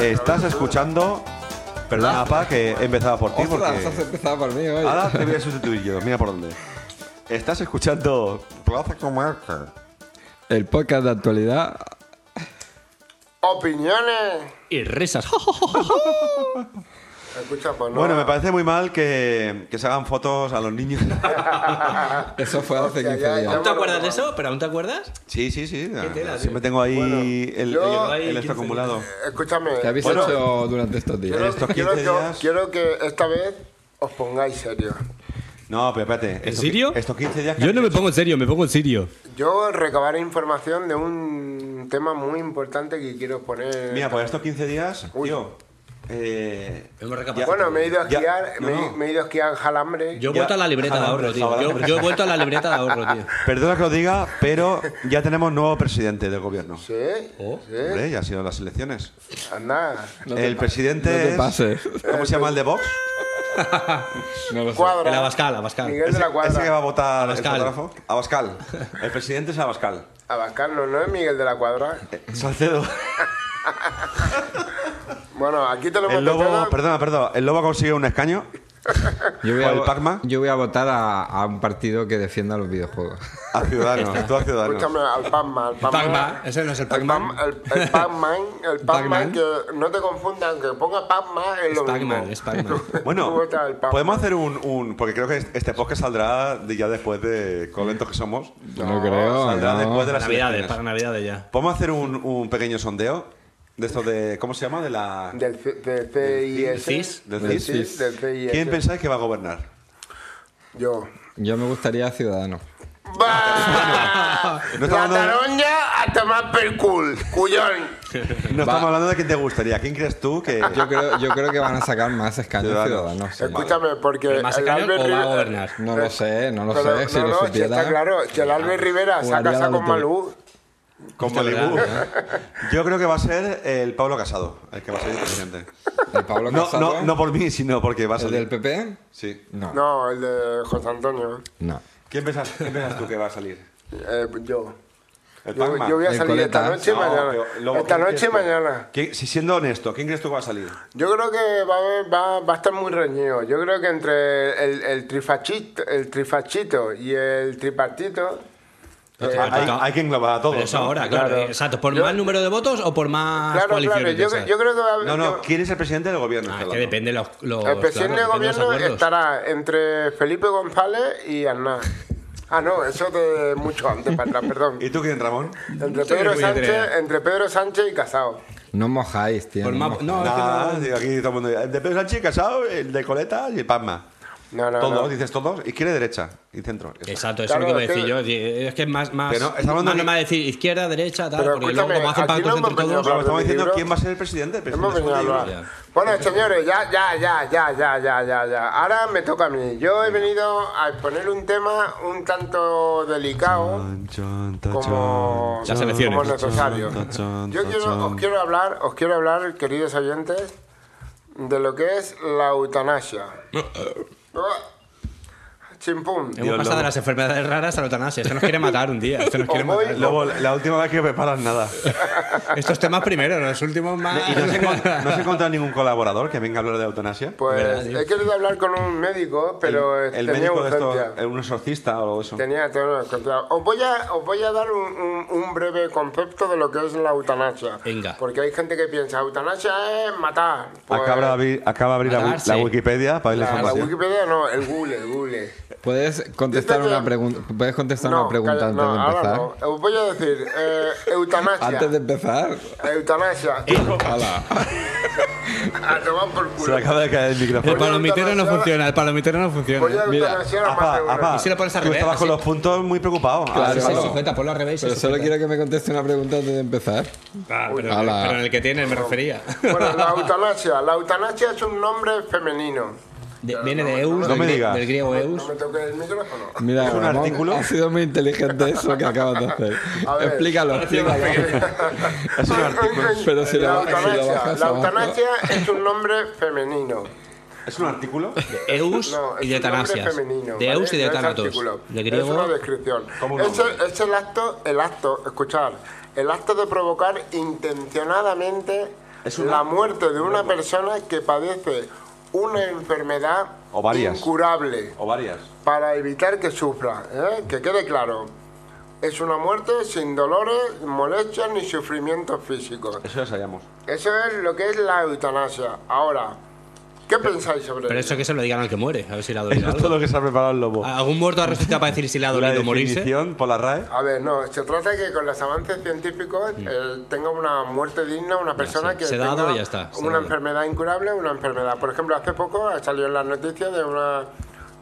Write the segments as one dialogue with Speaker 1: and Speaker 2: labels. Speaker 1: Estás escuchando. Perdona, pa, que he empezado por ti.
Speaker 2: Ostras,
Speaker 1: porque-
Speaker 2: has empezado por mí, oye.
Speaker 1: Ahora te voy a sustituir yo, mira por dónde. Estás escuchando Plaza Comarca.
Speaker 2: El podcast de actualidad.
Speaker 3: Opiniones.
Speaker 4: Y risas.
Speaker 3: Escucha, pues no.
Speaker 1: Bueno, me parece muy mal que, que se hagan fotos a los niños.
Speaker 2: Eso fue hace
Speaker 3: Hostia,
Speaker 2: 15
Speaker 3: ya,
Speaker 2: días.
Speaker 3: ya.
Speaker 4: ¿Aún te acuerdas de eso? ¿Pero aún te acuerdas?
Speaker 1: Sí, sí, sí.
Speaker 4: tela, tío.
Speaker 1: Siempre tengo ahí
Speaker 3: Bueno,
Speaker 1: el, el-
Speaker 3: yo-
Speaker 1: el esto
Speaker 4: 15
Speaker 1: acumulado.
Speaker 3: Escúchame.
Speaker 2: ¿Qué habéis
Speaker 1: Bueno,
Speaker 2: hecho durante estos días?
Speaker 3: Quiero,
Speaker 1: estos 15
Speaker 3: quiero que,
Speaker 1: días-
Speaker 3: quiero que esta vez os pongáis serios.
Speaker 1: No, pero espérate.
Speaker 4: ¿En
Speaker 1: estos-
Speaker 4: serio?
Speaker 1: Estos 15 días. que
Speaker 4: Yo no
Speaker 1: han
Speaker 4: me
Speaker 1: hecho-
Speaker 4: pongo en serio, me pongo en serio.
Speaker 3: Yo recabaré información de un tema muy importante que quiero poner.
Speaker 1: Mira, pues estos 15 días.
Speaker 3: Uy.
Speaker 1: Tío. eh,
Speaker 4: Hemos
Speaker 1: ya-
Speaker 3: bueno, me he ido a
Speaker 1: ya-
Speaker 3: esquiar,
Speaker 1: no,
Speaker 3: me,
Speaker 1: no.
Speaker 3: me he ido a esquiar en Jalambre.
Speaker 4: Yo he
Speaker 1: Ya,
Speaker 4: vuelto a la libreta de
Speaker 1: jalambre,
Speaker 4: ahorro, tío. Yo,
Speaker 1: jalambre.
Speaker 4: yo he vuelto a la libreta de ahorro, tío.
Speaker 1: Perdona que lo diga, pero ya tenemos nuevo presidente del gobierno.
Speaker 3: Sí,
Speaker 4: Oh.
Speaker 3: sí.
Speaker 1: Hombre, ya han sido las elecciones.
Speaker 3: Anda.
Speaker 2: No te
Speaker 1: el
Speaker 2: pa-
Speaker 1: presidente
Speaker 2: no te
Speaker 1: es-
Speaker 2: pases.
Speaker 1: ¿Cómo se llama el de Vox?
Speaker 2: No lo sé.
Speaker 3: Cuadra.
Speaker 4: El Abascal, Abascal.
Speaker 3: Miguel de la Cuadra.
Speaker 1: Ese que va a votar
Speaker 4: Abascal.
Speaker 1: el fotógrafo. Abascal. El presidente es Abascal.
Speaker 3: Abascal, no, no es Miguel de la Cuadra.
Speaker 1: Eh, Salcedo.
Speaker 3: Bueno, aquí te lo
Speaker 1: El
Speaker 3: hemos
Speaker 1: lobo,
Speaker 3: tocado.
Speaker 1: perdona, perdona. El lobo ha conseguido un escaño.
Speaker 2: Yo voy, a,
Speaker 1: ¿O el
Speaker 2: vo-
Speaker 1: Pac-Man?
Speaker 2: yo voy a votar a, a un partido que defienda los videojuegos.
Speaker 1: A Ciudadanos. Tú a Ciudadanos.
Speaker 3: Escúchame, al Pacman. Al Pacman.
Speaker 2: eh.
Speaker 4: Pac-Man. Ese no es el
Speaker 3: El Pam-
Speaker 4: Pac-Man.
Speaker 3: el- el Pac-Man, el Pac-Man,
Speaker 4: Pac-Man.
Speaker 3: que no te confundan, que ponga Pac-Man es
Speaker 4: Es
Speaker 3: lo
Speaker 4: Pac-Man,
Speaker 3: mismo.
Speaker 4: es Pac-Man.
Speaker 1: Bueno,
Speaker 3: Tú vota al Pac-Man.
Speaker 1: podemos hacer un, un- Porque creo que este podcast saldrá de- ya después de. Con lo lentos que somos.
Speaker 2: No, creo.
Speaker 1: Saldrá
Speaker 2: no.
Speaker 1: después de las
Speaker 4: Navidades,
Speaker 1: elecciones.
Speaker 4: para Navidades ya.
Speaker 1: Podemos hacer un, un pequeño sondeo de esto de. ¿Cómo se llama? De la.
Speaker 3: Del, C- del CIS.
Speaker 4: CIS.
Speaker 1: del
Speaker 3: Del
Speaker 1: CIS.
Speaker 3: CIS, del CIS.
Speaker 1: ¿Quién pensáis que va a gobernar?
Speaker 3: Yo.
Speaker 2: Yo me gustaría Ciudadanos.
Speaker 3: ¡Bah!
Speaker 1: No está
Speaker 3: La
Speaker 1: hablando de-
Speaker 3: taronja a tomar por cul, cuyón.
Speaker 1: No estamos hablando de quién te gustaría. ¿Quién crees tú que.?
Speaker 2: Yo creo, yo creo que van a sacar más escaños
Speaker 1: Ciudadanos.
Speaker 2: Ciudadanos. sí.
Speaker 3: Escúchame, porque
Speaker 4: ¿El más escaño
Speaker 3: Albert
Speaker 4: o va a
Speaker 3: Ri-
Speaker 4: gobernar?
Speaker 2: No lo sé, no lo
Speaker 3: Pero-
Speaker 2: sé. Si
Speaker 3: no,
Speaker 2: lo
Speaker 3: no,
Speaker 2: supiera.
Speaker 3: está claro, que el Albert Rivera se ha
Speaker 2: Jugaría
Speaker 3: casado
Speaker 2: la
Speaker 3: con
Speaker 2: lotería.
Speaker 3: Malú.
Speaker 1: Con
Speaker 4: Esto es
Speaker 1: Malibu.
Speaker 4: verdad, ¿eh?
Speaker 1: Yo creo que va a ser el Pablo Casado, el que va a ser presidente.
Speaker 2: El Pablo
Speaker 1: No,
Speaker 2: Casado,
Speaker 1: no, no por mí, sino porque va a
Speaker 2: ¿El
Speaker 1: salir.
Speaker 2: del PP?
Speaker 1: Sí.
Speaker 2: No. No.
Speaker 3: No, el de José Antonio.
Speaker 1: ¿Quién piensas, quién piensas tú que va a salir?
Speaker 3: Eh, yo.
Speaker 1: El
Speaker 3: Yo,
Speaker 1: Pac-Man.
Speaker 3: yo voy a
Speaker 2: El
Speaker 3: salir esta
Speaker 2: coleta.
Speaker 3: noche y
Speaker 1: No,
Speaker 3: mañana.
Speaker 1: pero luego,
Speaker 3: esta
Speaker 1: ¿quién
Speaker 3: noche y
Speaker 1: crees tú?
Speaker 3: mañana.
Speaker 1: ¿Quién- si siendo honesto, ¿quién crees tú que va a salir?
Speaker 3: Yo creo que va a, haber- va- va a estar muy reñido. Yo creo que entre el, el, trifachito, el trifachito y el tripartito.
Speaker 1: Hay,
Speaker 4: Ah,
Speaker 1: hay-
Speaker 4: no.
Speaker 1: hay que englobar a todos.
Speaker 4: Pero eso
Speaker 1: ¿no?
Speaker 4: ahora, claro. eh,
Speaker 3: Claro.
Speaker 4: Exacto. ¿Por
Speaker 3: Yo-
Speaker 4: más número de votos o por más
Speaker 3: Claro,
Speaker 4: coaliciones?
Speaker 3: claro. Yo,
Speaker 4: piensas?
Speaker 3: yo creo que va a haber.
Speaker 1: No, no,
Speaker 3: yo-
Speaker 1: ¿quién es el presidente del gobierno?
Speaker 4: Ah,
Speaker 1: Estoy
Speaker 4: que
Speaker 1: hablando.
Speaker 4: depende los, los
Speaker 3: el presidente
Speaker 4: claro,
Speaker 3: de
Speaker 4: depende los
Speaker 3: gobierno
Speaker 4: acuerdos.
Speaker 3: estará entre Felipe González y Aznar. Ah, no, eso de mucho antes para atrás, perdón.
Speaker 1: ¿Y tú quién, Ramón?
Speaker 3: Entre
Speaker 4: Yo
Speaker 3: Pedro,
Speaker 4: creo que voy a
Speaker 3: Sánchez,
Speaker 4: tener-
Speaker 3: entre Pedro Sánchez y Casado.
Speaker 2: mojáis, tío.
Speaker 4: Por
Speaker 2: no
Speaker 4: más-
Speaker 2: mojáis.
Speaker 4: no, es que
Speaker 1: Nada,
Speaker 4: no-
Speaker 1: digo, aquí todo el mundo. El de Pedro Sánchez, Casado, el de Coleta y el Pasma.
Speaker 3: No, no,
Speaker 1: todos,
Speaker 3: no.
Speaker 1: dices todos. Izquierda, derecha y centro. Ya está.
Speaker 4: Exacto, eso
Speaker 3: Claro,
Speaker 4: es lo que voy a
Speaker 3: es que-
Speaker 4: decir yo. sí, Es que es más. más
Speaker 1: Pero no, estamos hablando
Speaker 4: más
Speaker 1: de-
Speaker 4: normal decir izquierda, derecha, tal.
Speaker 3: Pero
Speaker 4: porque luego, como
Speaker 3: escúchame,
Speaker 4: hacen
Speaker 3: aquí no
Speaker 4: pactos
Speaker 3: hemos
Speaker 4: entre todos.
Speaker 3: venido
Speaker 1: Pero estamos
Speaker 3: Hablar de
Speaker 1: diciendo
Speaker 3: libros.
Speaker 1: quién va a ser el presidente. el presidente
Speaker 3: Hemos venido a
Speaker 1: Pues es un libro.
Speaker 3: hablar. Bueno, señores, ya, ya, ya, ya, ya, ya, ya, ya. Ahora me toca a mí. Yo he venido a exponer un tema un tanto delicado como,
Speaker 4: Las elecciones.
Speaker 3: como necesario. Yo quiero, os quiero hablar, os quiero hablar, queridos oyentes, de lo que es la eutanasia. Ah, Chimpum.
Speaker 4: Hemos pasado de las enfermedades raras a la eutanasia. Esto nos quiere matar un día. Esto nos quiere
Speaker 3: Os voy-
Speaker 4: matar.
Speaker 1: Luego, la última vez que preparan nada.
Speaker 4: Estos temas primero, los últimos más.
Speaker 1: Y no se, encon- no se encuentra ningún colaborador que venga a hablar de eutanasia.
Speaker 3: Pues
Speaker 4: ¿Verdad, tío?
Speaker 3: he querido hablar con un médico, pero este,
Speaker 1: el
Speaker 3: tenía
Speaker 1: médico de
Speaker 3: urgencia.
Speaker 1: esto, un exorcista o algo de eso.
Speaker 3: Tenía todo controlado. Os voy a, os voy a dar un, un- un breve concepto de lo que es la eutanasia.
Speaker 4: Venga.
Speaker 3: Porque hay gente que piensa, eutanasia es matar. Pues,
Speaker 1: acaba, de abrir, acaba de abrir la, wi-
Speaker 4: Matarse.
Speaker 1: la Wikipedia para ver la
Speaker 3: la, la
Speaker 1: información.
Speaker 3: Wikipedia no, el Google, el Google.
Speaker 2: ¿Puedes contestar
Speaker 3: Dice que-
Speaker 2: una pregunta? ¿Puedes contestar una pregunta
Speaker 3: calla,
Speaker 2: antes
Speaker 3: no,
Speaker 2: de
Speaker 3: ahora
Speaker 2: empezar?
Speaker 3: no. Os voy a decir, eh, eutanasia.
Speaker 2: Antes de empezar.
Speaker 3: Eutanasia.
Speaker 2: Hala.
Speaker 3: a tomar por
Speaker 1: Se le
Speaker 3: culo.
Speaker 1: acaba de caer el
Speaker 4: El
Speaker 1: micrófono.
Speaker 3: Voy a
Speaker 4: palomitero no
Speaker 3: eutanasia.
Speaker 4: funciona, el palomitero no
Speaker 3: Voy a
Speaker 4: funciona.
Speaker 2: Mira,
Speaker 3: eutanasiar a
Speaker 1: Apa,
Speaker 3: más de uno.
Speaker 1: apa,
Speaker 4: Y si lo pones al
Speaker 1: tú
Speaker 4: revés,
Speaker 1: estabas con
Speaker 4: así.
Speaker 1: los puntos muy preocupado. Ah,
Speaker 2: Claro.
Speaker 4: Sí, sí,
Speaker 2: Claro.
Speaker 4: sujeta, ponlo al revés.
Speaker 2: Pero
Speaker 4: sí,
Speaker 2: solo
Speaker 4: sujeta.
Speaker 2: quiero que me conteste una pregunta antes de empezar.
Speaker 4: Ah, pero,
Speaker 2: Ala.
Speaker 4: pero en el que tienes me refería.
Speaker 3: Bueno, la eutanasia. La eutanasia es un nombre femenino.
Speaker 4: De- viene de Eus,
Speaker 1: No
Speaker 4: del,
Speaker 1: me
Speaker 4: grie-
Speaker 1: digas.
Speaker 4: del griego
Speaker 3: No
Speaker 4: Eus.
Speaker 3: me toques el micrófono.
Speaker 2: Mira,
Speaker 1: ¿Es un
Speaker 2: Ramón,
Speaker 1: artículo?
Speaker 2: ha sido muy inteligente eso que acabas de hacer.
Speaker 3: A ver.
Speaker 2: explícalo, explícalo.
Speaker 1: Es un artículo.
Speaker 2: Pero si
Speaker 3: la
Speaker 2: lo- si lo
Speaker 3: eutanasia,
Speaker 2: bajas
Speaker 3: la
Speaker 2: abajo.
Speaker 3: eutanasia es un nombre femenino.
Speaker 1: ¿Es un artículo?
Speaker 4: Eus
Speaker 3: No, es
Speaker 4: y de
Speaker 3: un nombre
Speaker 4: eutanasia.
Speaker 3: femenino.
Speaker 4: De
Speaker 3: ¿vale?
Speaker 4: Eus y de
Speaker 3: No es
Speaker 4: Thanatos.
Speaker 3: artículo,
Speaker 4: De
Speaker 3: Es una
Speaker 4: griego.
Speaker 3: descripción.
Speaker 1: ¿Cómo un
Speaker 3: Es el,
Speaker 1: nombre?
Speaker 3: es el acto, el acto, escuchar, el acto de provocar intencionadamente
Speaker 1: Es una-
Speaker 3: la muerte de una persona que padece una enfermedad
Speaker 1: O varias.
Speaker 3: incurable
Speaker 1: O varias.
Speaker 3: para evitar que sufra, ¿eh? que quede claro. Es una muerte sin dolores, molestias ni sufrimientos físicos.
Speaker 1: Eso ya sabíamos.
Speaker 3: Eso es lo que es la eutanasia. Ahora, ¿qué pensáis sobre
Speaker 4: Pero eso
Speaker 3: ello?
Speaker 4: que se lo digan al que muere, a ver si le ha
Speaker 1: Eso
Speaker 4: dolido.
Speaker 1: es todo
Speaker 4: algo.
Speaker 1: lo que se ha preparado el lobo.
Speaker 4: ¿Algún muerto ha resucitado para decir si le Ah, ha
Speaker 1: la
Speaker 4: dolido morirse?
Speaker 1: definición por la RAE.
Speaker 4: ¿eh?
Speaker 3: A ver, no, se trata de que con los avances científicos eh, tenga una muerte digna una persona
Speaker 4: sí.
Speaker 3: que
Speaker 4: Mm. Se da
Speaker 3: tenga
Speaker 4: algo y ya está, se da
Speaker 3: una
Speaker 4: algo.
Speaker 3: enfermedad incurable, una enfermedad. Por ejemplo, hace poco salió en las noticias de una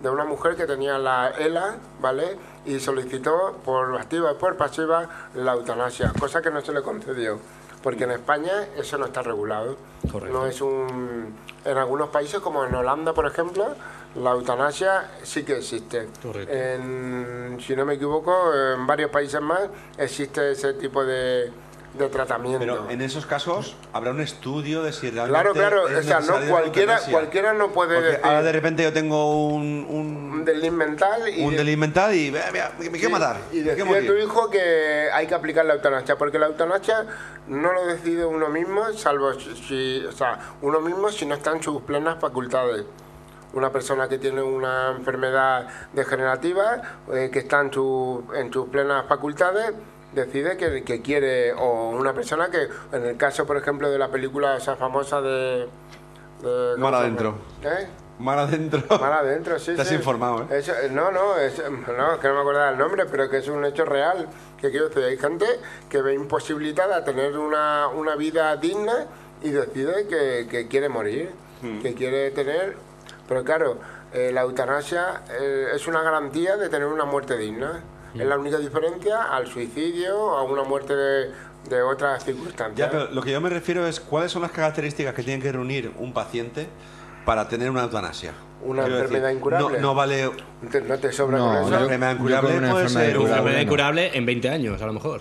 Speaker 3: de una mujer que tenía la ELA, ¿vale? Y solicitó por activa y por pasiva la eutanasia, cosa que no se le concedió, porque en España eso no está regulado.
Speaker 4: Correcto.
Speaker 3: No es un en algunos países como en Holanda, por ejemplo, la eutanasia sí que existe.
Speaker 4: Correcto.
Speaker 3: En- si no me equivoco, en varios países más existe ese tipo de, de tratamiento.
Speaker 1: Pero en esos casos habrá un estudio de si realmente.
Speaker 3: claro, claro,
Speaker 1: es
Speaker 3: o sea,
Speaker 1: necesaria
Speaker 3: no
Speaker 1: la
Speaker 3: cualquiera,
Speaker 1: eutanasia.
Speaker 3: cualquiera no puede
Speaker 1: Porque
Speaker 3: decir
Speaker 1: ahora de repente yo tengo un. un
Speaker 3: un delin mental y
Speaker 1: un delito mental y "Eh, mira, me quiero matar.
Speaker 3: Y
Speaker 1: me quiero
Speaker 3: decide tu
Speaker 1: morir".
Speaker 3: hijo que hay que aplicar la eutanasia, porque la eutanasia no lo decide uno mismo, salvo si- si, o sea, uno mismo si no está en sus plenas facultades. Una persona que tiene una enfermedad degenerativa, eh, que está en, su- en sus plenas facultades, decide que, que quiere, o una persona que, en el caso, por ejemplo, de la película esa famosa de... de- ¿cómo se
Speaker 1: Mar
Speaker 3: llama?
Speaker 1: adentro.
Speaker 3: ¿Eh?
Speaker 1: Mar adentro.
Speaker 3: Mar adentro, sí.
Speaker 1: Te has
Speaker 3: sí.
Speaker 1: informado, ¿eh?
Speaker 3: Eso- no, no, es, no, es que no me acordaba el nombre, pero que es un hecho real. Que quiero decir, hay gente que ve imposibilitada tener una, una vida digna y decide que, que quiere morir,
Speaker 1: Hmm.
Speaker 3: que quiere tener. Pero claro, eh, la eutanasia eh, es una garantía de tener una muerte digna.
Speaker 1: Hmm.
Speaker 3: Es la única diferencia al suicidio o a una muerte de, de otras circunstancias.
Speaker 1: Ya, pero lo que yo me refiero es cuáles son las características que tienen que reunir un paciente para tener una eutanasia.
Speaker 3: Una
Speaker 1: Quiero
Speaker 3: enfermedad incurable.
Speaker 1: No, no vale.
Speaker 3: Te- No te sobra
Speaker 2: No,
Speaker 3: con
Speaker 1: Una
Speaker 3: eso.
Speaker 2: yo-
Speaker 1: enfermedad
Speaker 2: yo
Speaker 1: incurable
Speaker 2: creo que una
Speaker 1: puede
Speaker 2: enfermedad
Speaker 1: ser un-
Speaker 4: Una
Speaker 2: incurable.
Speaker 4: enfermedad
Speaker 2: Bueno.
Speaker 4: curable en 20 años, a lo mejor.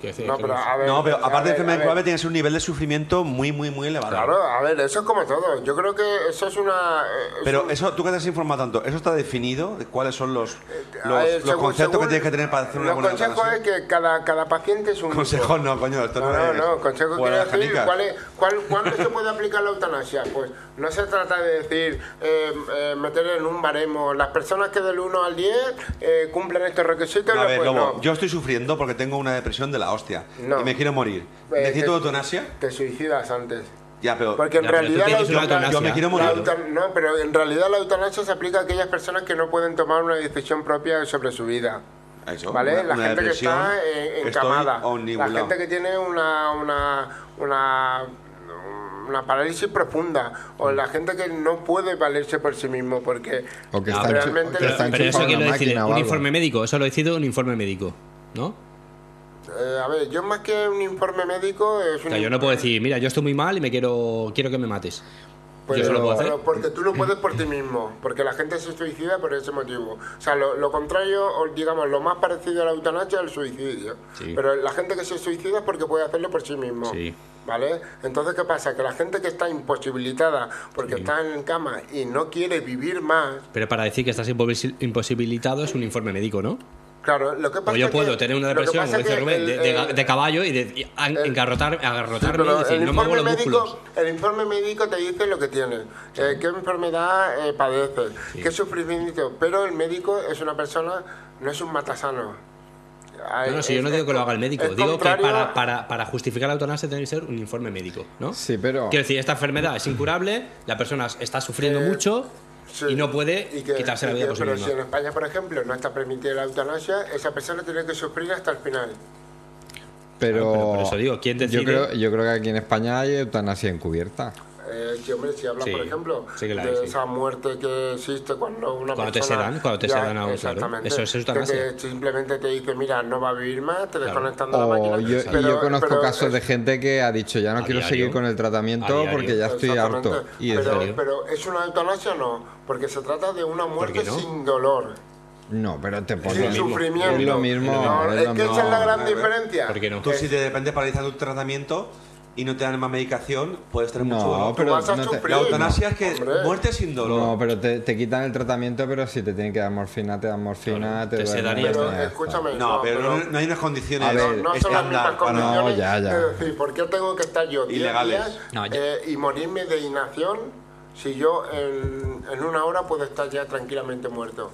Speaker 4: Quiero decir,
Speaker 3: No,
Speaker 4: que
Speaker 3: pero
Speaker 4: no sé.
Speaker 3: a ver,
Speaker 1: no, pero
Speaker 3: a
Speaker 1: aparte de
Speaker 3: ver,
Speaker 1: enfermedad
Speaker 3: a ver.
Speaker 1: incurable tienes un nivel de sufrimiento muy, muy, muy elevado.
Speaker 3: Claro, a ver, eso es como todo. Yo creo que eso es una. eh, es
Speaker 1: Pero
Speaker 3: un-
Speaker 1: eso, tú que te has informado tanto, ¿eso está definido? ¿De ¿Cuáles son los,
Speaker 3: Eh,
Speaker 1: los,
Speaker 3: a ver,
Speaker 1: los
Speaker 3: según-
Speaker 1: conceptos
Speaker 3: según-
Speaker 1: que tienes que tener para hacer una
Speaker 3: Los
Speaker 1: buena
Speaker 3: consejos
Speaker 1: eutanasia?
Speaker 3: es que cada, cada paciente es un.
Speaker 1: Consejos no, coño, esto no,
Speaker 3: No, no,
Speaker 1: es-
Speaker 3: no, consejo
Speaker 1: jugar
Speaker 3: quiero
Speaker 1: a las
Speaker 3: decir
Speaker 1: canicas.
Speaker 3: cuál es- cuál- cuándo se puede aplicar la eutanasia. Pues no se trata de decir eh, eh, meter en un baremo las personas que del 1 al 10 eh, cumplen estos requisitos.
Speaker 1: No, a ver,
Speaker 3: pues
Speaker 1: Lobo,
Speaker 3: no.
Speaker 1: yo estoy sufriendo porque tengo una depresión de la hostia
Speaker 3: No.
Speaker 1: y me quiero morir.
Speaker 3: Eh,
Speaker 1: ¿Necesito
Speaker 3: que-
Speaker 1: eutanasia?
Speaker 3: Te suicidas antes.
Speaker 1: Ya, pero...
Speaker 3: Porque en
Speaker 4: Ya, pero tú
Speaker 3: realidad
Speaker 4: tienes una
Speaker 3: la eutanasia,
Speaker 4: eutanasia. Yo me
Speaker 1: quiero morir.
Speaker 3: la euta- no, pero en realidad la eutanasia se aplica a aquellas personas que no pueden tomar una decisión propia sobre su vida.
Speaker 1: Eso,
Speaker 3: ¿Vale?
Speaker 1: una-
Speaker 3: la
Speaker 1: una
Speaker 3: gente que está
Speaker 1: depresión,
Speaker 3: eh,
Speaker 1: estoy
Speaker 3: encamada. La
Speaker 1: omnibulado.
Speaker 3: gente que tiene una, una, una, una parálisis profunda. O la gente que no puede valerse por sí mismo porque
Speaker 2: O que
Speaker 3: Ah,
Speaker 2: está enchu-
Speaker 3: realmente...
Speaker 2: que
Speaker 4: Pero,
Speaker 2: está
Speaker 4: pero eso
Speaker 2: enchufado a
Speaker 4: quiero
Speaker 2: una
Speaker 4: decir,
Speaker 2: máquina o
Speaker 4: un
Speaker 2: algo.
Speaker 4: informe médico, eso lo decide un informe médico, ¿no?
Speaker 3: Eh, a ver, yo más que un informe médico... Es
Speaker 4: O
Speaker 3: un
Speaker 4: sea, yo no puedo decir, mira, yo estoy muy mal y me quiero, quiero que me mates.
Speaker 3: Pero,
Speaker 4: yo solo puedo hacer.
Speaker 3: pero porque tú lo puedes por ti mismo, porque la gente se suicida por ese motivo. O sea, lo, lo contrario, o digamos, lo más parecido a la eutanasia es el suicidio.
Speaker 4: Sí.
Speaker 3: Pero la gente que se suicida es porque puede hacerlo por sí mismo.
Speaker 4: Sí.
Speaker 3: ¿Vale? Entonces, ¿qué pasa? Que la gente que está imposibilitada porque está en cama y no quiere vivir más,
Speaker 4: Pero para decir que estás impovis- imposibilitado es un informe médico, ¿no?
Speaker 3: claro, lo que pasa
Speaker 4: O Pues yo
Speaker 3: que-
Speaker 4: puedo tener
Speaker 3: lo
Speaker 4: una
Speaker 3: que
Speaker 4: depresión,
Speaker 3: pasa
Speaker 4: como dice
Speaker 3: que
Speaker 4: Rubén,
Speaker 3: el-
Speaker 4: de, de ga-
Speaker 3: el-
Speaker 4: de caballo y de y a- engarrotar- agarrotarme
Speaker 3: Pero
Speaker 4: y decir,
Speaker 3: el
Speaker 4: no me hago
Speaker 3: informe
Speaker 4: los
Speaker 3: médico,
Speaker 4: músculos.
Speaker 3: el informe médico te dice lo que tienes, eh, qué enfermedad eh, padeces, qué sufrimiento, pero el médico es una persona, no es un matasano.
Speaker 4: No, no, si yo no digo que lo haga el médico,
Speaker 3: es
Speaker 4: digo que
Speaker 3: contrario
Speaker 4: para, para, para justificar la eutanasia tiene que ser un informe médico, ¿no?
Speaker 2: Sí, pero-
Speaker 4: Quiero decir, esta enfermedad es incurable, la persona está sufriendo mucho
Speaker 3: Eh, Sí,
Speaker 4: y no puede
Speaker 3: y que-
Speaker 4: quitarse
Speaker 3: y
Speaker 4: la vida
Speaker 3: que-
Speaker 4: por sí
Speaker 3: Pero
Speaker 4: misma.
Speaker 3: si en España, por ejemplo, no está permitida la eutanasia, esa persona tiene que sufrir hasta el final.
Speaker 2: Pero,
Speaker 4: Pero por eso digo, ¿quién decide?
Speaker 2: Yo creo, yo creo que aquí en España hay eutanasia encubierta.
Speaker 3: Eh, sí, hombre, si hablas,
Speaker 4: Sí,
Speaker 3: por ejemplo,
Speaker 4: sí que la
Speaker 3: de
Speaker 4: hay, sí.
Speaker 3: esa muerte que existe cuando una
Speaker 4: Cuando te
Speaker 3: persona...
Speaker 4: sedan, cuando te sedan a un- claro.
Speaker 3: Exactamente.
Speaker 4: Eso es
Speaker 3: Que
Speaker 4: eutanasia.
Speaker 3: te- simplemente te dice, mira, no va a vivir más, te desconectan de la
Speaker 2: O
Speaker 3: máquina...
Speaker 2: Oh, yo, y
Speaker 3: pero-
Speaker 2: yo conozco
Speaker 3: pero
Speaker 2: casos
Speaker 3: es-
Speaker 2: de gente que ha dicho ya no
Speaker 4: A
Speaker 2: quiero
Speaker 4: diario.
Speaker 2: seguir con el
Speaker 4: A
Speaker 2: tratamiento
Speaker 4: diario.
Speaker 2: porque ya estoy
Speaker 3: Exactamente.
Speaker 2: harto. Y es-
Speaker 4: serio?
Speaker 3: pero, pero es una eutanasia no, porque se trata de una muerte
Speaker 4: qué no? Pues
Speaker 3: sin dolor,
Speaker 2: no, pero te
Speaker 3: sin
Speaker 2: pones
Speaker 3: sufrimiento.
Speaker 2: Es lo mismo,
Speaker 3: No,
Speaker 2: es
Speaker 3: es
Speaker 2: lo
Speaker 3: que esa es
Speaker 2: mismo.
Speaker 3: la gran
Speaker 1: No,
Speaker 3: diferencia.
Speaker 4: ¿Por qué no?
Speaker 1: Tú si de repente paralizas tu tratamiento, y no te dan más medicación, puedes tener
Speaker 2: No,
Speaker 1: mucho dolor.
Speaker 2: Pero
Speaker 3: vas a
Speaker 2: no te-
Speaker 3: sufrir.
Speaker 1: La eutanasia es que
Speaker 3: Hombre.
Speaker 1: muerte sin dolor.
Speaker 2: No, pero te, te quitan el tratamiento, pero si te tienen que dar morfina, te dan morfina,
Speaker 4: Claro,
Speaker 2: te,
Speaker 4: te
Speaker 2: duermen,
Speaker 4: sedarías,
Speaker 2: ya
Speaker 3: Pero
Speaker 2: está.
Speaker 3: escúchame.
Speaker 1: No, pero no, no hay unas condiciones
Speaker 2: A ver,
Speaker 3: no son las mismas
Speaker 1: estándar para...
Speaker 3: condiciones.
Speaker 2: No, ya, ya.
Speaker 3: Es decir, ¿por qué tengo que estar yo 10
Speaker 1: Ilegales.
Speaker 3: días
Speaker 4: No, ya.
Speaker 3: eh, y morirme de inacción si yo en, en una hora puedo estar ya tranquilamente muerto?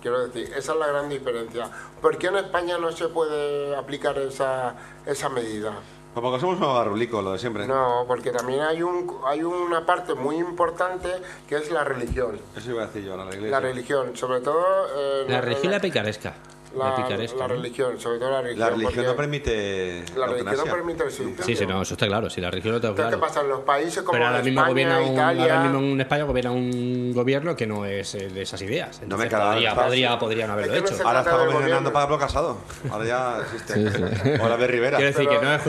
Speaker 3: Quiero decir, esa es la gran diferencia. ¿Por qué en España no se puede aplicar esa, esa medida?
Speaker 1: Como que somos unos barrulicos, lo de siempre.
Speaker 3: No, porque también hay, un, hay una parte muy importante que es la religión.
Speaker 1: Eso iba a decir yo, la iglesia.
Speaker 3: La religión, sobre todo... eh,
Speaker 4: La religión la
Speaker 3: la,
Speaker 4: picaresca. La
Speaker 3: la-
Speaker 4: picaresca.
Speaker 3: la
Speaker 4: ¿no?
Speaker 3: religión, sobre todo la religión.
Speaker 1: La religión
Speaker 3: porque
Speaker 1: no permite
Speaker 3: La religión no
Speaker 1: eutanasia.
Speaker 3: permite el suicidio.
Speaker 4: Sí, sí, no, eso está claro. Si la religión no está
Speaker 3: Entonces,
Speaker 4: claro.
Speaker 3: ¿qué pasa? En los países como
Speaker 4: Pero ahora mismo,
Speaker 3: España,
Speaker 4: gobierna un-
Speaker 3: Italia...
Speaker 4: ahora mismo en España gobierna un gobierno que no es eh, de esas ideas.
Speaker 1: No me
Speaker 4: Entonces,
Speaker 1: cagas,
Speaker 4: podría,
Speaker 1: ¿sabes?
Speaker 4: podría, podría no haberlo
Speaker 3: Es que no
Speaker 4: hecho.
Speaker 3: se-
Speaker 1: Ahora
Speaker 3: trata
Speaker 1: está
Speaker 3: del
Speaker 1: gobernando
Speaker 3: gobierno.
Speaker 1: Pablo Casado. Ahora ya existe. O la B. Rivera.
Speaker 4: Quiero decir
Speaker 3: Pero-
Speaker 4: que no es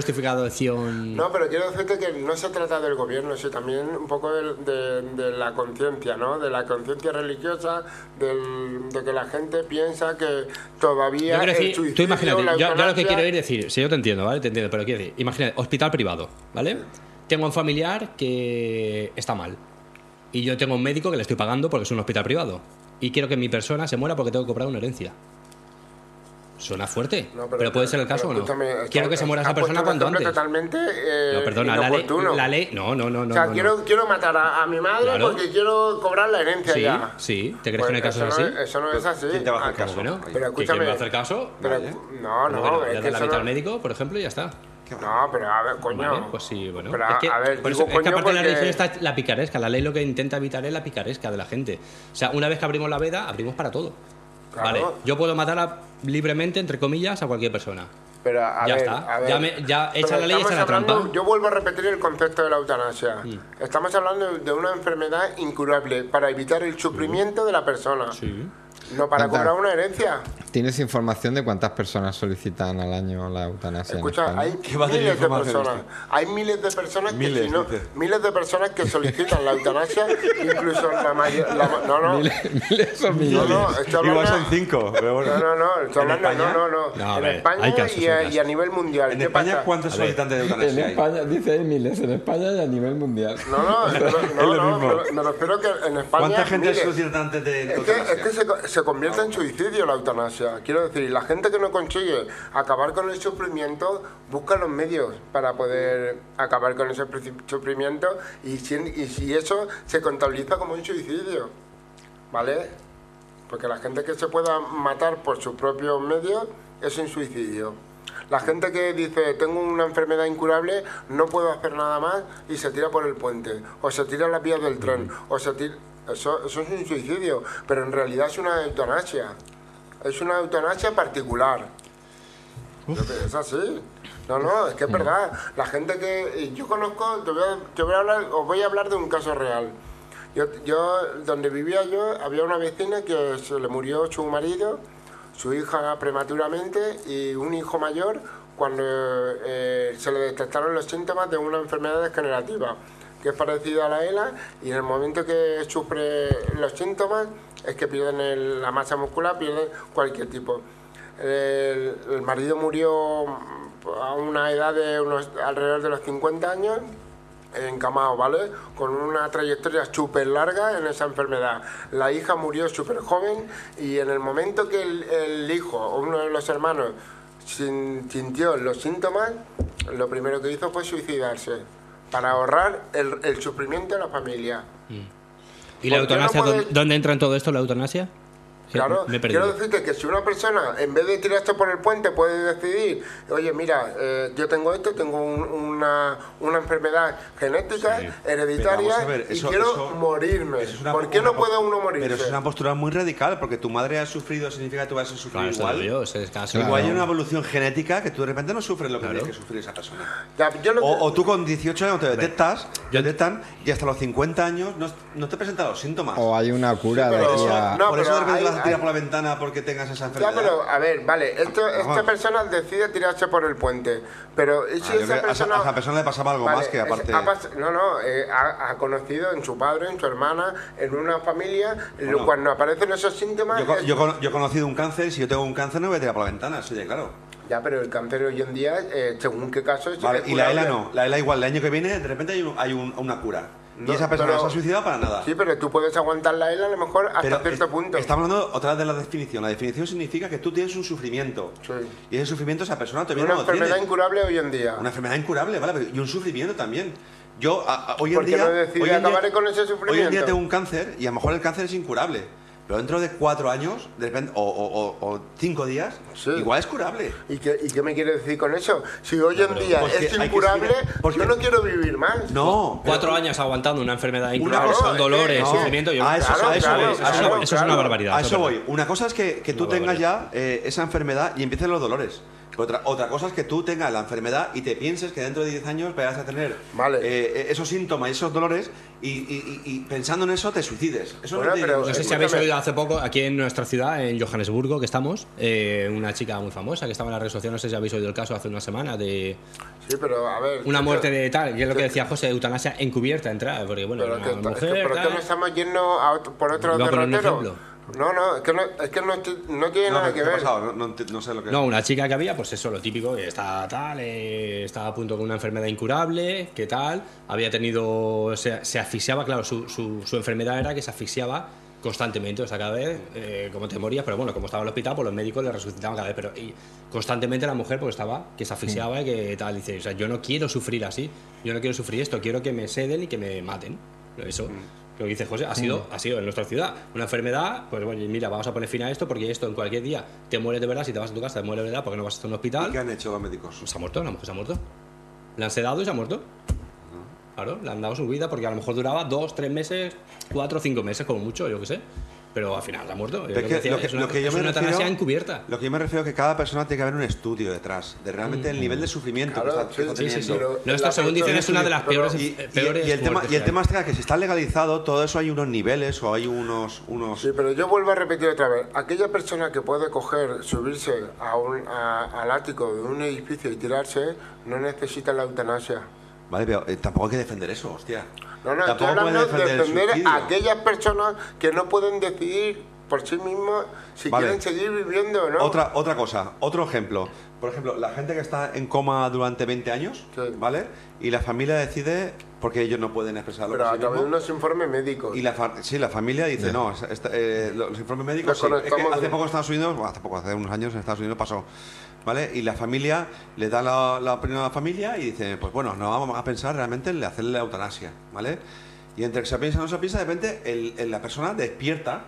Speaker 4: justificación.
Speaker 3: No, pero quiero decirte que no se trata del gobierno, sino también un poco de, de- de la conciencia, ¿no? De la conciencia religiosa, del- de que la gente piensa que
Speaker 4: Yo
Speaker 3: todavía
Speaker 4: quiero
Speaker 3: el
Speaker 4: decir,
Speaker 3: suicidio,
Speaker 4: tú imagínate,
Speaker 3: la
Speaker 4: yo, yo lo que
Speaker 3: eutanasia-
Speaker 4: quiero ir es decir, si yo te entiendo, ¿vale? Te entiendo, pero quiero decir, imagínate, hospital privado, ¿vale? Tengo un familiar que está mal y yo tengo un médico que le estoy pagando porque es un hospital privado y quiero que mi persona se muera porque tengo que cobrar una herencia. Suena fuerte,
Speaker 3: No,
Speaker 4: pero, puede ser el caso o no.
Speaker 3: escúchame, está-
Speaker 4: Quiero que se muera
Speaker 3: está
Speaker 4: esa persona
Speaker 3: puesto un
Speaker 4: cuanto
Speaker 3: ejemplo
Speaker 4: antes.
Speaker 3: Totalmente, eh,
Speaker 4: No, perdona, la ley,
Speaker 3: inoportuno.
Speaker 4: la ley, no, no, no, no.
Speaker 3: o sea,
Speaker 4: no, no.
Speaker 3: quiero, quiero matar a, a mi madre
Speaker 4: Claro.
Speaker 3: porque quiero cobrar la herencia
Speaker 4: Sí,
Speaker 3: ya.
Speaker 4: sí, ¿te crees que no hay
Speaker 3: Pues
Speaker 4: casos
Speaker 3: eso no
Speaker 4: así?
Speaker 3: es- eso no es así.
Speaker 1: ¿Quién te va a hacer
Speaker 3: Ah,
Speaker 1: caso?
Speaker 4: Bueno,
Speaker 1: Oye,
Speaker 4: ¿que-
Speaker 3: Pero
Speaker 4: que
Speaker 3: escúchame.
Speaker 4: me va a hacer caso?
Speaker 3: Pero,
Speaker 1: Vale.
Speaker 3: No, no,
Speaker 4: Bueno,
Speaker 3: es
Speaker 4: le
Speaker 3: que
Speaker 4: das la
Speaker 3: eso
Speaker 4: mitad
Speaker 3: no-
Speaker 4: al médico, por ejemplo, y ya está.
Speaker 3: No, pero a ver, coño.
Speaker 4: Vale, pues sí, bueno.
Speaker 3: Pero,
Speaker 4: es que,
Speaker 3: a ver, digo
Speaker 4: por eso- es que
Speaker 3: coño
Speaker 4: aparte de
Speaker 3: porque-
Speaker 4: la religión está la picaresca. La ley lo que intenta evitar es la picaresca de la gente. O sea, una vez que abrimos la veda, abrimos para todo.
Speaker 3: Claro.
Speaker 4: Vale, yo puedo matar a- libremente, entre comillas, a cualquier persona.
Speaker 3: Pero, a
Speaker 4: Ya
Speaker 3: ver,
Speaker 4: está.
Speaker 3: a ver.
Speaker 4: Ya me- ya
Speaker 3: Pero
Speaker 4: echa la ley y
Speaker 3: estamos
Speaker 4: echa la
Speaker 3: hablando-
Speaker 4: trampa. Mm.
Speaker 3: Yo vuelvo a repetir el concepto de la eutanasia. Estamos hablando de una enfermedad incurable para evitar el sufrimiento de la persona. No para
Speaker 2: Anda.
Speaker 3: cobrar una herencia.
Speaker 2: ¿Tienes información de cuántas personas solicitan al año la eutanasia? en
Speaker 3: Escucha,
Speaker 2: España?
Speaker 3: hay
Speaker 1: ¿Qué va a tener
Speaker 3: miles de
Speaker 1: información
Speaker 3: personas. Hay miles de personas que
Speaker 1: Miles,
Speaker 3: si no-
Speaker 1: dice.
Speaker 3: miles de personas que solicitan la eutanasia, incluso la mayor la ma- no, no.
Speaker 2: Miles o
Speaker 3: No,
Speaker 2: millones.
Speaker 3: no, estoy hablando-
Speaker 1: Igual son cinco, pero bueno.
Speaker 3: No, no, no, estoy
Speaker 1: ¿En
Speaker 3: hablando-
Speaker 1: España?
Speaker 3: no, no, no.
Speaker 4: No, a
Speaker 3: en
Speaker 4: ver,
Speaker 3: España
Speaker 4: hay casos,
Speaker 3: y, a,
Speaker 4: hay casos.
Speaker 3: y a nivel mundial.
Speaker 1: ¿En
Speaker 3: ¿Qué
Speaker 1: España
Speaker 3: pasa?
Speaker 1: cuántos solicitantes de
Speaker 2: En
Speaker 1: eutanasia hay?
Speaker 2: España, dice hay miles, en España y a nivel mundial.
Speaker 3: No, no, no,
Speaker 1: Es lo
Speaker 3: no,
Speaker 1: mismo.
Speaker 3: pero me refiero que en España.
Speaker 1: ¿Cuánta gente es
Speaker 3: miles.
Speaker 1: solicitante de
Speaker 3: Es que, es que
Speaker 1: eutanasia?
Speaker 3: se, co- se convierte en suicidio la eutanasia. Quiero decir, la gente que no consigue acabar con el sufrimiento busca los medios para poder acabar con ese pri- sufrimiento y si, y si eso se contabiliza como un suicidio. ¿Vale? Porque la gente que se pueda matar por sus propios medios es un suicidio. La gente que dice, tengo una enfermedad incurable, no puedo hacer nada más y se tira por el puente, o se tira a las vías del tren, o se tira... Eso, eso es un suicidio, pero en realidad es una eutanasia. Es una eutanasia particular. Yo que- Es así. No, no, es que es verdad. La gente que y yo conozco, te voy a- te voy a hablar- os voy a hablar de un caso real. Yo, yo, donde vivía yo, había una vecina que se le murió su marido, su hija prematuramente y un hijo mayor cuando eh, se le detectaron los síntomas de una enfermedad degenerativa que es parecida a la ELA y en el momento que sufre los síntomas es que pierden el- la masa muscular, pierden cualquier tipo. El, el marido murió a una edad de unos alrededor de los 50 años encamado, ¿vale? Con una trayectoria súper larga en esa enfermedad. La hija murió súper joven y en el momento que el, el hijo o uno de los hermanos sin- sintió los síntomas, lo primero que hizo fue suicidarse para ahorrar el, el sufrimiento a la familia.
Speaker 4: ¿Y la
Speaker 3: ¿Por qué Pues no
Speaker 4: eutanasia?
Speaker 3: puede-
Speaker 4: ¿dónde, dónde entra en todo esto la eutanasia? Que
Speaker 3: Claro,
Speaker 4: me he
Speaker 3: quiero
Speaker 4: perdido.
Speaker 3: decirte que si una persona, en vez de tirarse por el puente, puede decidir, oye, mira, eh, yo tengo esto, tengo un- una, una enfermedad genética,
Speaker 1: Pero vamos
Speaker 3: hereditaria,
Speaker 1: a ver, eso-
Speaker 3: y quiero
Speaker 1: eso-
Speaker 3: morirme.
Speaker 1: eso es una-
Speaker 3: ¿Por qué
Speaker 1: una-
Speaker 3: no puede uno morirse?
Speaker 1: Pero eso es una postura muy radical, porque tu madre ha sufrido, significa que tú vas a sufrir
Speaker 4: Claro, esto
Speaker 1: igual.
Speaker 4: lo digo, ese es caso.
Speaker 1: Igual hay una evolución genética que tú de repente no sufres lo que
Speaker 4: Claro.
Speaker 1: tiene que sufrir esa persona.
Speaker 3: Ya, yo lo que-
Speaker 1: O, o tú con 18 años te detectas, te
Speaker 4: Yo-
Speaker 1: detectan y hasta los 50 años no, no te presentan los síntomas.
Speaker 2: O hay una cura
Speaker 3: Sí,
Speaker 2: de
Speaker 3: pero
Speaker 2: aquí a...
Speaker 3: no,
Speaker 1: por eso de
Speaker 3: pero
Speaker 1: repente
Speaker 3: hay-
Speaker 1: vas a
Speaker 3: hay-
Speaker 1: tirar por la ventana porque tengas esa
Speaker 3: Ya,
Speaker 1: enfermedad. Ah,
Speaker 3: pero a ver, vale, esto, esta
Speaker 1: Vamos.
Speaker 3: persona decide tirarse por el puente, pero ¿y si
Speaker 1: Ah, yo creo
Speaker 3: esa
Speaker 1: que a, esa,
Speaker 3: persona...
Speaker 1: a esa persona le pasaba algo
Speaker 3: Vale,
Speaker 1: más que
Speaker 3: es-
Speaker 1: aparte.
Speaker 3: ha pas- no, no, eh, ha, ha conocido en su padre, en su hermana, en una familia, lo-
Speaker 1: Bueno.
Speaker 3: cuando aparecen esos síntomas...
Speaker 1: Yo, co-
Speaker 3: es-
Speaker 1: yo, cono- yo he conocido un cáncer, y si yo tengo un cáncer no voy a tirar por la ventana, eso ya claro.
Speaker 3: Ya, pero el cáncer hoy en día, eh, según qué caso, es
Speaker 1: Vale,
Speaker 3: es
Speaker 1: y la ELA
Speaker 3: curable.
Speaker 1: no, la ELA igual, el año que viene de repente hay, un- hay un- una cura.
Speaker 3: No,
Speaker 1: y esa persona no
Speaker 3: pero-
Speaker 1: se ha suicidado para nada.
Speaker 3: Sí, pero tú puedes aguantar la ELA a lo mejor hasta
Speaker 1: Pero
Speaker 3: cierto
Speaker 1: es-
Speaker 3: punto.
Speaker 1: Estamos hablando otra vez de la definición. La definición significa que tú tienes un sufrimiento.
Speaker 3: Sí.
Speaker 1: Y ese sufrimiento esa persona todavía
Speaker 3: Una
Speaker 1: no lo tiene.
Speaker 3: enfermedad incurable hoy en día.
Speaker 1: Una enfermedad incurable, ¿vale? Pero- Y un sufrimiento también. Yo a- a- hoy en
Speaker 3: ¿Por qué
Speaker 1: día.
Speaker 3: no decide
Speaker 1: hoy en día-
Speaker 3: acabar con ese
Speaker 1: Hoy en día
Speaker 3: sufrimiento?
Speaker 1: tengo un cáncer y a lo mejor el cáncer es incurable. Pero dentro de cuatro años, de repente, o, o- o- o cinco días,
Speaker 3: Sí.
Speaker 1: igual es curable.
Speaker 3: ¿Y qué, ¿Y qué me quiere decir con eso? Si hoy en día
Speaker 1: pues que hay
Speaker 3: es
Speaker 1: que
Speaker 3: incurable,
Speaker 1: seguir- porque-
Speaker 3: yo no quiero vivir más.
Speaker 1: No.
Speaker 4: Cuatro años aguantando una enfermedad incurable,
Speaker 1: cosa-
Speaker 4: son dolores,
Speaker 3: eh,
Speaker 1: no.
Speaker 4: sufrimiento. Yo,
Speaker 1: A eso- a eso voy, a
Speaker 4: eso, es
Speaker 1: eso
Speaker 4: una-
Speaker 1: voy,
Speaker 4: eso es una
Speaker 3: claro.
Speaker 4: barbaridad.
Speaker 1: A eso
Speaker 4: es
Speaker 1: voy.
Speaker 4: verdad.
Speaker 1: Una cosa es que, que tú
Speaker 4: Una
Speaker 1: tengas ya eh, esa enfermedad y empiecen los dolores. Pero Otra, otra cosa es que tú tengas la enfermedad y te pienses que dentro de 10 años vas a tener
Speaker 3: Vale.
Speaker 1: eh, esos síntomas y esos dolores y, y- y- y pensando en eso te suicides. Eso
Speaker 3: Bueno,
Speaker 1: no tiene
Speaker 3: pero-
Speaker 1: ningún
Speaker 4: No sé si
Speaker 1: sentido.
Speaker 4: habéis
Speaker 3: Escúchame.
Speaker 4: oído hace poco, aquí en nuestra ciudad, en Johannesburgo, que estamos, eh, una chica muy famosa que estaba en las redes sociales, no sé si habéis oído el caso hace una semana, de
Speaker 3: Sí, pero a ver.
Speaker 4: una
Speaker 3: tío,
Speaker 4: muerte de tal, que es lo que
Speaker 3: Sí.
Speaker 4: decía José, eutanasia encubierta, entrar, porque bueno,
Speaker 3: Pero,
Speaker 4: una
Speaker 3: que, es que-
Speaker 4: mujer,
Speaker 3: pero es que
Speaker 4: tal.
Speaker 3: no estamos yendo a otro- por otro
Speaker 4: No, pero un
Speaker 3: derrotero.
Speaker 4: ejemplo.
Speaker 3: No, no, es que no, es que no, estoy- no tiene
Speaker 1: No,
Speaker 3: nada
Speaker 1: pero
Speaker 3: que
Speaker 1: ¿qué ha
Speaker 3: ver.
Speaker 1: pasado? No, no enti- no sé lo que
Speaker 4: No, una chica que había, pues eso, lo típico, que está tal, eh, estaba a punto con una enfermedad incurable, que tal, había tenido, se, se asfixiaba, claro, su, su- su enfermedad era que se asfixiaba constantemente, o sea, cada vez, eh, como te morías, pero bueno, como estaba en el hospital, pues los médicos le resucitaban cada vez, pero y constantemente la mujer, pues estaba, que se asfixiaba y que tal, dice, o sea, yo no quiero sufrir así, yo no quiero sufrir esto, quiero que me seden y que me maten, eso. Lo que dice José, ha sido, ha sido en nuestra ciudad. Una enfermedad, pues bueno, mira, vamos a poner fin a esto porque esto en cualquier día te mueres de verdad, si te vas a tu casa te mueres de verdad porque no vas a un
Speaker 1: ¿Y ¿Qué
Speaker 4: hospital. Pues
Speaker 1: han hecho los médicos?
Speaker 4: Se ha muerto, la mujer se ha muerto. La han sedado y se ha muerto. Claro, le han dado su vida porque a lo mejor duraba dos, tres meses, cuatro, cinco meses como mucho, yo qué sé. Pero al final se ha muerto.
Speaker 1: Pero es que lo que-
Speaker 4: es una,
Speaker 1: lo que yo
Speaker 4: es
Speaker 1: me
Speaker 4: una
Speaker 1: refiero-
Speaker 4: eutanasia encubierta.
Speaker 1: Lo que yo me refiero es que cada persona tiene que haber un estudio detrás de realmente
Speaker 4: Mm.
Speaker 1: el nivel de sufrimiento
Speaker 3: Claro,
Speaker 1: que está, que
Speaker 3: sí,
Speaker 1: está
Speaker 3: sí, sí,
Speaker 1: teniendo.
Speaker 3: pero-
Speaker 4: No, esto
Speaker 3: la-
Speaker 4: según dicen es una de las
Speaker 3: pero-
Speaker 4: peores,
Speaker 1: Y,
Speaker 4: eh,
Speaker 1: y-
Speaker 4: peores
Speaker 1: y el tema,
Speaker 4: muertes
Speaker 1: y el
Speaker 4: que
Speaker 1: tema
Speaker 4: hay.
Speaker 1: está que si está legalizado, todo eso hay unos niveles o hay unos... unos
Speaker 3: Sí, pero yo vuelvo a repetir otra vez. Aquella persona que puede coger, subirse a un, a- al ático de un edificio y tirarse, no necesita la eutanasia.
Speaker 1: Vale, pero eh, tampoco hay que defender eso, hostia.
Speaker 3: No, no, estoy
Speaker 1: tampoco puedes
Speaker 3: hablando de
Speaker 1: defender el
Speaker 3: defender
Speaker 1: suicidio.
Speaker 3: a aquellas personas que no pueden decidir por sí mismos si
Speaker 1: Vale.
Speaker 3: quieren seguir viviendo o no.
Speaker 1: Otra, otra cosa, otro ejemplo. Por ejemplo, la gente que está en coma durante 20 años,
Speaker 3: Sí.
Speaker 1: ¿vale? Y la familia decide, porque ellos no pueden expresarlo.
Speaker 3: Pero
Speaker 1: por
Speaker 3: a
Speaker 1: sí
Speaker 3: través de
Speaker 1: mismos,
Speaker 3: unos informes médicos.
Speaker 1: Y la, fa- sí, la familia dice, no, es- esta- eh, lo- los informes médicos...
Speaker 3: Nos
Speaker 1: sí". Es que
Speaker 3: conectamos
Speaker 1: hace
Speaker 3: de-
Speaker 1: poco en Estados Unidos, bueno, hace poco, hace unos años en Estados Unidos pasó, ¿vale? Y la familia le da la, la opinión a la familia y dice, pues bueno, no vamos a pensar realmente en hacerle la eutanasia, ¿vale? Y entre que se piensa y no se piensa, de repente el- el- la persona despierta,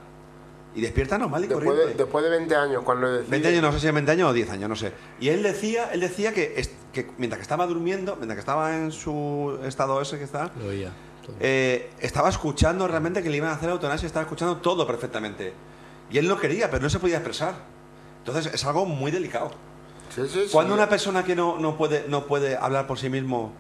Speaker 1: y despierta normal y
Speaker 3: después,
Speaker 1: corriente.
Speaker 3: de, después de 20 años, cuando deciden...
Speaker 1: 20 años, no sé si 20 años o 10 años, no sé. Y él decía, él decía que, es- que mientras que estaba durmiendo, mientras que estaba en su estado ese que está,
Speaker 4: Lo oía.
Speaker 1: eh, estaba escuchando realmente que le iban a hacer la eutanasia, estaba escuchando todo perfectamente. Y él no quería, pero no se podía expresar. Entonces es algo muy delicado.
Speaker 3: Sí, sí, sí.
Speaker 1: Cuando una persona que no, no, puede, no puede hablar por sí mismo,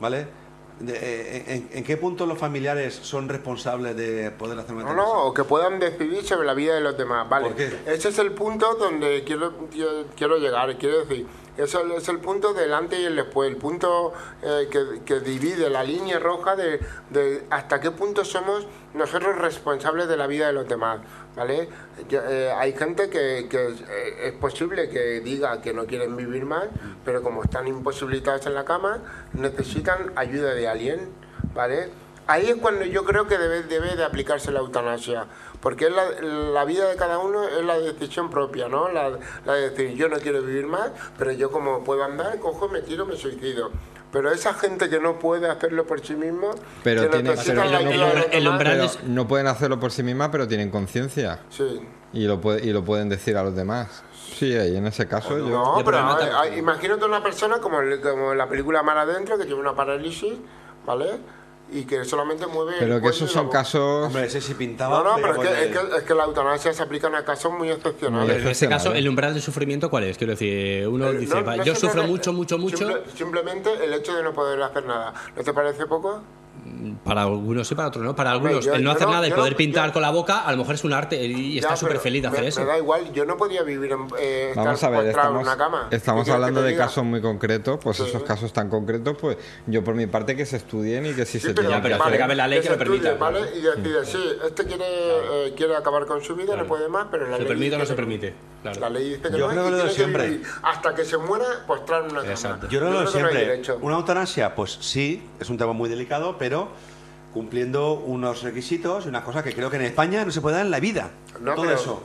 Speaker 1: ¿vale? De- eh, en, en qué punto los familiares son responsables de poder hacer una
Speaker 3: No,
Speaker 1: eutanasia?
Speaker 3: no, o que puedan decidir sobre la vida de los demás, ¿vale?
Speaker 1: ¿Por qué?
Speaker 3: Ese es el punto donde quiero, yo quiero llegar, quiero decir, eso es el punto del antes y el después, el punto eh, que, que divide la línea roja de, de hasta qué punto somos nosotros responsables de la vida de los demás, ¿vale? Yo, eh, hay gente que, que es, eh, es posible que diga que no quieren vivir más, pero como están imposibilitados en la cama, necesitan ayuda de alguien. ¿vale? Ahí es cuando yo creo que debe, debe de aplicarse la eutanasia, porque es la, la vida de cada uno es la decisión propia, ¿no? La, la de decir, yo no quiero vivir más, pero yo como puedo andar, cojo, me tiro, me suicido. Pero esa gente que no puede hacerlo por sí mismo,
Speaker 2: Pero
Speaker 3: que
Speaker 2: tiene-
Speaker 3: necesita
Speaker 2: pero
Speaker 3: la
Speaker 2: el
Speaker 3: ayuda de los
Speaker 4: umbral- el
Speaker 3: demás,
Speaker 4: umbral
Speaker 2: Pero
Speaker 4: es-
Speaker 2: no pueden hacerlo por sí mismas, pero tienen conciencia.
Speaker 3: Sí.
Speaker 2: Y lo, puede- y lo pueden decir a los demás. Sí, ahí en ese caso yo...
Speaker 3: No,
Speaker 4: de
Speaker 3: pero
Speaker 4: problemática.
Speaker 3: ah, ah, imagínate una persona como, el- como en la película Mar Adentro, que tiene una parálisis, ¿vale? Y que solamente mueve... el
Speaker 2: Pero que
Speaker 3: cuello
Speaker 2: esos
Speaker 3: y
Speaker 2: son
Speaker 3: la-
Speaker 2: casos...
Speaker 1: Hombre, ese sí pintaba.
Speaker 3: No, no, pero es
Speaker 1: con
Speaker 3: que, es,
Speaker 1: el-
Speaker 3: que, es que la eutanasia se aplica en casos muy excepcionales.
Speaker 4: Pero en este
Speaker 2: Excepcional,
Speaker 4: caso,
Speaker 2: ¿eh?
Speaker 4: el umbral del sufrimiento, ¿cuál es? Quiero decir, uno
Speaker 3: Eh,
Speaker 4: dice,
Speaker 3: no-
Speaker 4: "Va,
Speaker 3: no
Speaker 4: yo
Speaker 3: se
Speaker 4: sufro
Speaker 3: trata-
Speaker 4: mucho, mucho, mucho.
Speaker 3: simple- simplemente el hecho de no poder hacer nada. ¿No te parece poco?
Speaker 4: Para algunos sí, para otros no. Para
Speaker 3: Hombre,
Speaker 4: algunos,
Speaker 3: yo-
Speaker 4: el no
Speaker 3: yo
Speaker 4: hacer
Speaker 3: no-
Speaker 4: nada, el
Speaker 3: yo
Speaker 4: poder
Speaker 3: no-
Speaker 4: pintar
Speaker 3: yo-
Speaker 4: con la boca, a lo mejor es un arte y está
Speaker 3: Ya,
Speaker 4: súper
Speaker 3: pero
Speaker 4: feliz de
Speaker 3: me-
Speaker 4: hacer eso.
Speaker 3: Me da igual, yo no podía vivir en. eh, estar
Speaker 2: Vamos a ver,
Speaker 3: postrado en
Speaker 2: estamos,
Speaker 3: una cama.
Speaker 2: estamos
Speaker 3: ¿Qué quieres que
Speaker 2: hablando
Speaker 3: te
Speaker 2: de
Speaker 3: diga?
Speaker 2: casos muy concretos, pues
Speaker 3: Sí.
Speaker 2: esos casos tan concretos, pues yo por mi parte que se estudien y que si
Speaker 3: Sí,
Speaker 2: se tienen
Speaker 4: pero
Speaker 2: que
Speaker 4: tiene
Speaker 2: hacer.
Speaker 4: que haber la ley que
Speaker 3: se
Speaker 4: lo permita,
Speaker 3: estudie, ¿vale? Y decide, sí, este quiere, eh, quiere acabar con su vida, no puede más, pero la
Speaker 4: ¿Se
Speaker 3: ley
Speaker 4: permite o no
Speaker 3: dice
Speaker 4: se permite?
Speaker 3: que-
Speaker 4: Claro.
Speaker 3: La ley dice que no
Speaker 1: Yo creo
Speaker 3: y
Speaker 1: que lo de
Speaker 3: tiene
Speaker 1: siempre.
Speaker 3: vivir hasta que se muera postrar en una cama.
Speaker 4: Exacto.
Speaker 1: Yo creo que lo de
Speaker 3: no hay
Speaker 1: siempre.
Speaker 3: derecho.
Speaker 1: una eutanasia, pues sí, es un tema muy delicado, pero cumpliendo unos requisitos y unas cosas que creo que en España no se puede dar en la vida.
Speaker 3: No,
Speaker 1: todo
Speaker 3: pero-
Speaker 1: eso.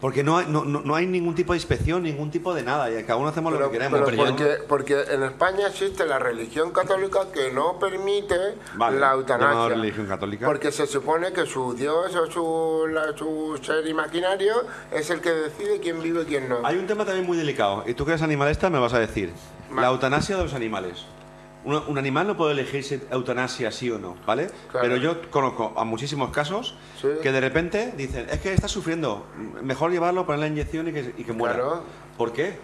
Speaker 1: Porque no hay, no, no- no hay ningún tipo de inspección, ningún tipo de nada, y cada uno hacemos lo
Speaker 3: Pero-
Speaker 1: que queremos.
Speaker 3: pero
Speaker 4: pero yo-
Speaker 3: porque, porque en España existe la religión católica que no permite
Speaker 1: Vale,
Speaker 3: la
Speaker 1: llamado
Speaker 3: eutanasia.
Speaker 1: religión católica.
Speaker 3: Porque se supone que su dios o su, la- su ser imaginario es el que decide quién vive y quién no.
Speaker 1: Hay un tema también muy delicado, y tú que eres animalista me vas a decir.
Speaker 3: Ma-
Speaker 1: La eutanasia de los animales. Un, un animal no puede elegir si eutanasia sí o no, ¿vale?
Speaker 3: Claro.
Speaker 1: Pero yo conozco a muchísimos casos
Speaker 3: Sí.
Speaker 1: que de repente dicen, es que está sufriendo, mejor llevarlo, poner la inyección y que, y que muera.
Speaker 3: Claro.
Speaker 1: ¿Por qué?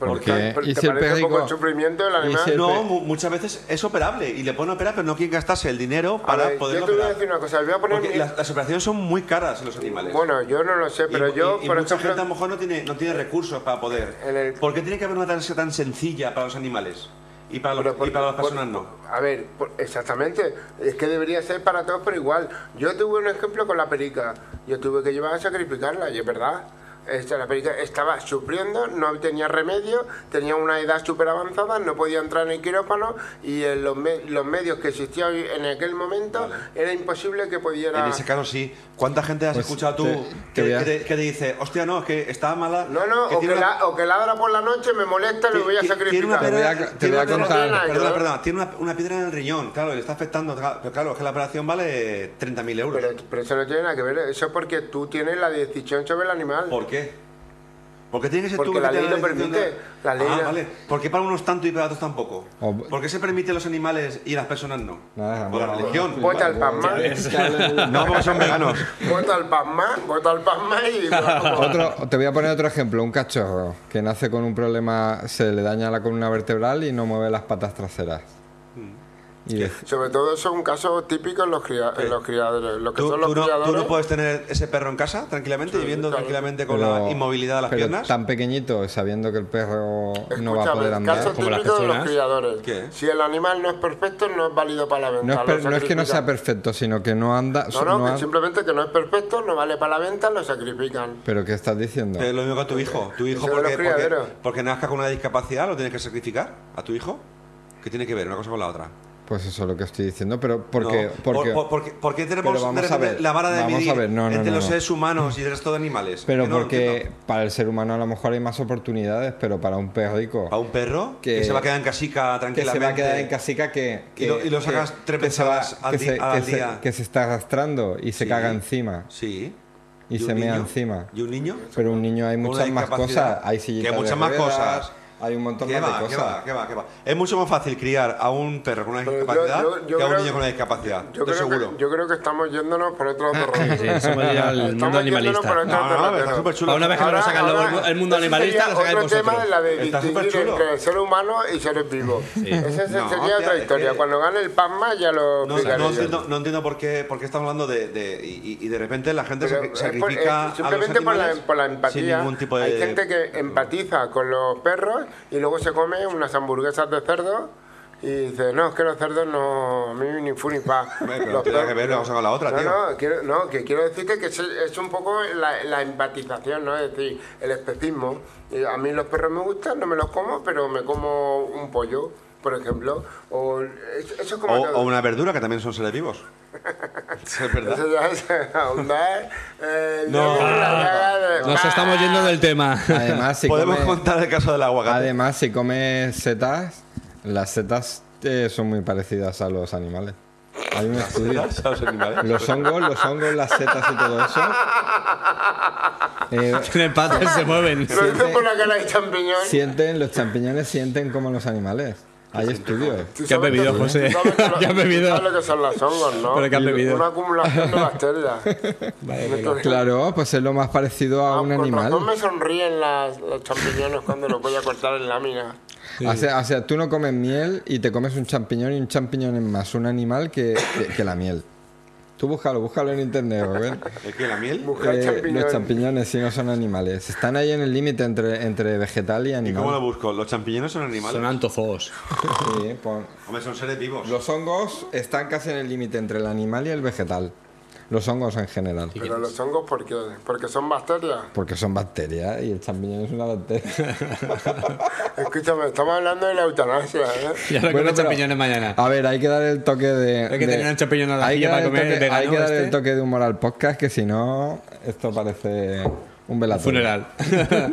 Speaker 2: porque-
Speaker 3: te-
Speaker 2: y
Speaker 3: te
Speaker 2: si el
Speaker 3: parece
Speaker 2: perrico-
Speaker 3: poco el sufrimiento del
Speaker 2: y si
Speaker 3: animal.
Speaker 2: el-
Speaker 1: No,
Speaker 2: pe-
Speaker 1: mu- muchas veces es operable y le pueden operar, pero no quieren gastarse el dinero
Speaker 3: A
Speaker 1: para
Speaker 3: ver,
Speaker 1: poder
Speaker 3: yo te voy a
Speaker 1: operar.
Speaker 3: decir una cosa, voy a poner
Speaker 1: Porque
Speaker 3: mi-
Speaker 1: las, las operaciones son muy caras en los animales.
Speaker 3: Bueno, yo no lo sé,
Speaker 1: Y-
Speaker 3: pero
Speaker 1: y-
Speaker 3: yo,
Speaker 1: y
Speaker 3: por
Speaker 1: mucha
Speaker 3: ejemplo,
Speaker 1: gente a lo mejor no tiene, no tiene recursos para poder.
Speaker 3: En el-
Speaker 1: ¿Por qué tiene que haber una eutanasia tan sencilla para los animales y para, los-
Speaker 3: Pero por-
Speaker 1: y para las
Speaker 3: por-
Speaker 1: personas no?
Speaker 3: A ver, por- exactamente. Es que debería ser para todos por igual. Yo tuve un ejemplo con la perica. Yo tuve que llevar a sacrificarla, y es verdad. Esta, la perica estaba sufriendo, no tenía remedio, tenía una edad súper avanzada, no podía entrar en el quirófano y en los, me- los medios que existían en aquel momento era imposible que pudiera...
Speaker 1: En ese caso sí. ¿Cuánta gente has
Speaker 2: Pues
Speaker 1: escuchado tú
Speaker 2: te-
Speaker 1: que,
Speaker 2: te voy a-
Speaker 1: que te, que te dice, hostia, no, es que está mala?
Speaker 3: No, no,
Speaker 1: que
Speaker 3: o que,
Speaker 1: tiene una-
Speaker 3: la- o que ladra por la noche, me molesta, le voy a
Speaker 1: ti- ti- tiene
Speaker 3: sacrificar.
Speaker 1: una piedra-
Speaker 2: Te voy a- te
Speaker 1: tiene
Speaker 2: voy a
Speaker 1: una piedra-
Speaker 3: contar.
Speaker 1: Perdona, perdona, tiene una, una piedra en el riñón, claro, y le está afectando. Pero claro, es que la operación vale 30.000 euros.
Speaker 3: Pero, pero eso no tiene nada que ver, eso es porque tú tienes la decisión sobre el animal.
Speaker 1: ¿Por qué? Porque tiene que ser
Speaker 3: Porque
Speaker 1: tú que
Speaker 3: la
Speaker 1: te
Speaker 3: ley
Speaker 1: hagas
Speaker 3: lo
Speaker 1: decisión de-
Speaker 3: permite, la ley
Speaker 1: Ah,
Speaker 3: la-
Speaker 1: vale. ¿Por qué para unos tanto y para otros tampoco?
Speaker 2: O-
Speaker 1: ¿Por qué se permite a los animales y a las personas no?
Speaker 2: Nada,
Speaker 1: Por la
Speaker 2: bueno,
Speaker 1: religión.
Speaker 3: Vota al Pazma,
Speaker 1: No, porque son veganos.
Speaker 3: vota al Pazma, vota al Pazma y...
Speaker 2: Otro- te voy a poner otro ejemplo, un cachorro que nace con un problema, se le daña la columna vertebral y no mueve las patas traseras.
Speaker 1: Mm.
Speaker 2: Y dec-
Speaker 3: Sobre todo son casos típicos en los, cria- en los criadores. Los que
Speaker 1: ¿Tú,
Speaker 3: son los
Speaker 1: tú no, tú no
Speaker 3: criadores...
Speaker 1: puedes tener ese perro en casa tranquilamente, viviendo
Speaker 3: claro.
Speaker 1: tranquilamente con
Speaker 2: pero-
Speaker 1: la inmovilidad de las
Speaker 2: pero
Speaker 1: piernas?
Speaker 2: Tan pequeñito, sabiendo que el perro no va a
Speaker 3: Escúchame,
Speaker 2: poder andar.
Speaker 3: caso
Speaker 4: Como las
Speaker 3: típico de los
Speaker 4: personas.
Speaker 3: criadores.
Speaker 1: ¿Qué?
Speaker 3: Si el animal no es perfecto, no es válido para la venta.
Speaker 2: No es,
Speaker 3: lo
Speaker 2: per- no es que no sea
Speaker 3: sacrifican.
Speaker 2: perfecto, sino que no anda.
Speaker 3: No,
Speaker 2: no
Speaker 3: no, que
Speaker 2: an-
Speaker 3: simplemente que no es perfecto, no vale para la venta, lo sacrifican.
Speaker 2: ¿Pero qué estás diciendo?
Speaker 1: Es lo mismo que a tu hijo. ¿Tu
Speaker 3: Eso
Speaker 1: hijo
Speaker 3: de
Speaker 1: porque,
Speaker 3: los
Speaker 1: porque,
Speaker 3: criaderos.
Speaker 1: porque nazca con una discapacidad lo tienes que sacrificar a tu hijo? ¿Qué tiene que ver una cosa con la otra?
Speaker 2: Pues eso es lo que estoy diciendo, pero porque...
Speaker 1: No.
Speaker 2: porque...
Speaker 1: Por- por- porque- ¿por qué tenemos
Speaker 2: Pero vamos
Speaker 1: de
Speaker 2: a
Speaker 1: repente
Speaker 2: ver,
Speaker 1: la vara de
Speaker 2: vamos a
Speaker 1: medir
Speaker 2: ver, no, no,
Speaker 1: entre
Speaker 2: no,
Speaker 1: los
Speaker 2: no.
Speaker 1: seres humanos y el resto de animales?
Speaker 2: Pero
Speaker 1: Que no lo
Speaker 2: porque
Speaker 1: entiendo.
Speaker 2: para el ser humano a lo mejor hay más oportunidades, pero para un perrico...
Speaker 1: ¿Para un perro que,
Speaker 2: Que-
Speaker 1: se va a quedar en casica
Speaker 2: que
Speaker 1: tranquilamente?
Speaker 2: se va a quedar en casica que, que-
Speaker 1: Y lo- y lo
Speaker 2: que-
Speaker 1: sacas tres
Speaker 2: que se va-
Speaker 1: veces al
Speaker 2: que
Speaker 1: di-
Speaker 2: se-
Speaker 1: al
Speaker 2: que se-
Speaker 1: día.
Speaker 2: que se está arrastrando y se
Speaker 1: Sí.
Speaker 2: caga encima
Speaker 1: Sí.
Speaker 2: y,
Speaker 1: un
Speaker 2: se mea
Speaker 1: niño?
Speaker 2: encima
Speaker 1: ¿Y un niño?
Speaker 2: pero un niño hay
Speaker 1: Una
Speaker 2: muchas más
Speaker 1: discapacidad.
Speaker 2: cosas hay
Speaker 1: Que
Speaker 2: sillitas
Speaker 1: muchas
Speaker 2: de
Speaker 1: más
Speaker 2: ruedas,
Speaker 1: cosas.
Speaker 2: hay un montón
Speaker 1: ¿Qué
Speaker 2: más
Speaker 1: va,
Speaker 2: de
Speaker 1: qué
Speaker 2: cosas
Speaker 1: va, qué va, qué va? Es mucho más fácil criar a un perro con una
Speaker 3: Pero yo-
Speaker 1: discapacidad
Speaker 3: yo- yo
Speaker 1: que a un
Speaker 3: creo-
Speaker 1: niño con una discapacidad.
Speaker 3: Yo
Speaker 1: te
Speaker 3: creo,
Speaker 1: seguro.
Speaker 3: que, yo creo que estamos yéndonos por otro terreno.
Speaker 4: Sí, somos ya el
Speaker 3: Estamos
Speaker 4: mundo
Speaker 3: yéndonos por
Speaker 4: animalista.
Speaker 3: otro
Speaker 1: No, no,
Speaker 3: terreno.
Speaker 1: está súper chulo.
Speaker 4: Para una vez que no lo sacan los- el mundo
Speaker 3: ese
Speaker 4: animalista,
Speaker 3: sería
Speaker 4: lo sacáis
Speaker 3: otro tema
Speaker 4: vosotros.
Speaker 3: es la de
Speaker 1: Está
Speaker 3: distinguir
Speaker 1: superchulo.
Speaker 3: entre el ser humano y seres vivos. Esa es-
Speaker 1: No,
Speaker 3: sería
Speaker 1: tía,
Speaker 3: otra
Speaker 1: es
Speaker 3: historia.
Speaker 1: que-
Speaker 3: Cuando gane el PASMA ya lo
Speaker 1: No,
Speaker 3: explicaré
Speaker 1: no
Speaker 3: yo.
Speaker 1: entiendo, no entiendo por qué, por qué estamos hablando de... de- y, y- y de repente la gente
Speaker 3: Pero
Speaker 1: se
Speaker 3: es por-
Speaker 1: sacrifica
Speaker 3: es simplemente
Speaker 1: a los
Speaker 3: por la,
Speaker 1: animales
Speaker 3: por la
Speaker 1: sin
Speaker 3: empatía.
Speaker 1: ningún tipo de...
Speaker 3: Hay gente que empatiza con los perros y luego se come unas hamburguesas de cerdo y dice, no, es que los cerdos no, a mí ni fu ni fa".
Speaker 1: Hombre, pero
Speaker 3: Los
Speaker 1: tiene
Speaker 3: perros-
Speaker 1: que ver una cosa con la otra,
Speaker 3: no,
Speaker 1: tío.
Speaker 3: No, quiero, no, que quiero decirte que es, es un poco la, la empatización, ¿no? Es decir, el especismo. Y A mí los perros me gustan, no me los como, pero me como un pollo, por ejemplo. O, es- eso es
Speaker 1: O,
Speaker 3: como todo.
Speaker 1: o una verdura, que también son seres vivos. es verdad.
Speaker 3: Eso ya es ahondar, eh,
Speaker 1: No.
Speaker 3: en la llaga de-
Speaker 4: Nos estamos yendo del tema.
Speaker 2: además si
Speaker 1: Podemos
Speaker 2: come-
Speaker 1: contar el caso del aguacate.
Speaker 2: además si comes setas las setas eh, son muy parecidas a los animales hay un estudio
Speaker 1: A los animales.
Speaker 2: Los hongos, los hongos, las setas y todo eso. Eh,
Speaker 4: Tienen patas, se mueven.
Speaker 3: Lo hizo
Speaker 2: Siente-
Speaker 3: con la cara de champiñón.
Speaker 2: sienten, los champiñones sienten como los animales. Hay estudios.
Speaker 3: Tú
Speaker 4: ¿Qué has
Speaker 3: sabes
Speaker 4: bebido,
Speaker 3: que-
Speaker 4: José?
Speaker 3: tú sabes que lo-
Speaker 4: ¿Qué has bebido?
Speaker 3: tú sabes lo que son las hongos, ¿no?
Speaker 4: ¿Pero qué has bebido?
Speaker 3: Una acumulación de bacterias. Entonces-
Speaker 2: Claro, pues es lo más parecido
Speaker 3: Ah,
Speaker 2: a un
Speaker 3: con
Speaker 2: animal.
Speaker 3: razón me sonríen las, los champiñones cuando los voy a cortar en láminas.
Speaker 2: O sea, o sea, tú no comes miel y te comes un champiñón y un champiñón es más un animal que, que- que la miel. Tú búscalo, búscalo en internet, Rubén.
Speaker 1: ¿El qué? ¿La miel?
Speaker 3: Buscar
Speaker 2: Eh,
Speaker 3: champiñones.
Speaker 2: los champiñones sí no son animales. Están ahí en el límite entre, entre vegetal y
Speaker 1: ¿Y
Speaker 2: animal.
Speaker 1: cómo lo busco? ¿Los champiñones son animales?
Speaker 4: Son antofos.
Speaker 2: Sí, pon-
Speaker 1: Hombre, son seres vivos.
Speaker 2: Los hongos están casi en el límite entre el animal y el vegetal. Los hongos en general.
Speaker 4: ¿Y qué
Speaker 3: Pero
Speaker 4: más?
Speaker 3: los hongos, ¿por qué? Porque son bacterias.
Speaker 2: Porque son bacterias y el champiñón es una bacteria.
Speaker 3: Escúchame, estamos hablando de la eutanasia, ¿eh?
Speaker 4: Ya no
Speaker 2: Bueno,
Speaker 4: comes
Speaker 2: pero-
Speaker 4: champiñones mañana.
Speaker 2: A ver, hay que dar el toque de.
Speaker 4: Hay que
Speaker 2: de-
Speaker 4: tener un champiñón a la
Speaker 2: hay que
Speaker 4: silla
Speaker 2: dar
Speaker 4: para
Speaker 2: el
Speaker 4: comer
Speaker 2: toque-
Speaker 4: vegano
Speaker 2: Hay que dar el
Speaker 4: este.
Speaker 2: toque de humor al podcast, que si no, esto parece un velatorio.
Speaker 4: Funeral.
Speaker 3: No,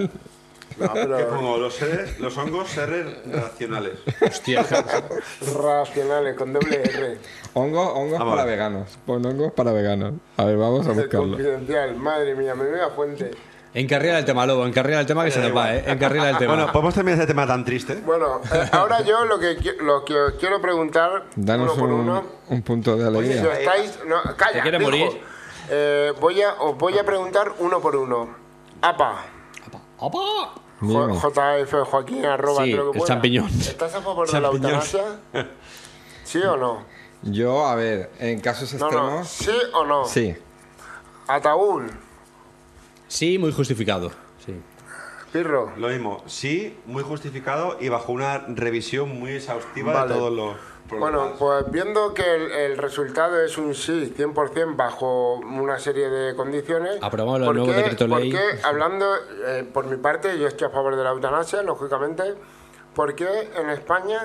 Speaker 1: Que
Speaker 3: pero
Speaker 1: Ah, pongo los, seres, los hongos seres racionales.
Speaker 4: Hostia,
Speaker 3: racionales, con doble R.
Speaker 2: Hongos, hongos
Speaker 3: Ah,
Speaker 1: Vamos a
Speaker 2: para
Speaker 1: ver.
Speaker 2: veganos. Pon hongos para veganos. A ver, vamos a
Speaker 3: Es
Speaker 2: buscarlo.
Speaker 3: confidencial, madre mía, me veo a fuente.
Speaker 4: encarrila el tema, Lobo. Encarrila el tema que se nos va, ¿eh? Encarrila el tema.
Speaker 1: Bueno, podemos terminar este tema tan triste.
Speaker 3: Bueno, eh, ahora yo lo que, qui- lo que os quiero preguntar,
Speaker 2: Danos
Speaker 3: uno por
Speaker 2: un,
Speaker 3: uno,
Speaker 2: un punto de
Speaker 3: Oye, si
Speaker 2: alegría.
Speaker 3: estáis... No, calla,
Speaker 4: ¿Te quieres
Speaker 3: dijo.
Speaker 4: morir?
Speaker 3: Eh, voy a, os voy a preguntar uno por uno. APA.
Speaker 4: ¡Opa!
Speaker 3: Jo-
Speaker 2: Mínimo.
Speaker 3: JF Joaquín arroba
Speaker 4: Sí,
Speaker 3: creo que
Speaker 4: el
Speaker 3: pueda.
Speaker 4: champiñón.
Speaker 3: ¿Estás a favor de la
Speaker 4: Champiñón.
Speaker 3: eutanasia? ¿Sí o no?
Speaker 2: Yo, a ver, en casos
Speaker 3: No, no.
Speaker 2: extremos.
Speaker 3: ¿Sí o no?
Speaker 2: Sí.
Speaker 3: Ataúd.
Speaker 4: Sí, muy justificado. Sí.
Speaker 3: Pirro.
Speaker 1: Lo mismo, sí, muy justificado y bajo una revisión muy exhaustiva
Speaker 3: Vale.
Speaker 1: de todos los problemas.
Speaker 3: Bueno, pues viendo que el, el resultado es un sí 100% bajo una serie de condiciones.
Speaker 4: Aprobado el
Speaker 3: ¿por
Speaker 4: nuevo
Speaker 3: qué-
Speaker 4: decreto
Speaker 3: por
Speaker 4: ley?
Speaker 3: qué, hablando eh, por mi parte, yo estoy a favor de la eutanasia, lógicamente, porque en España,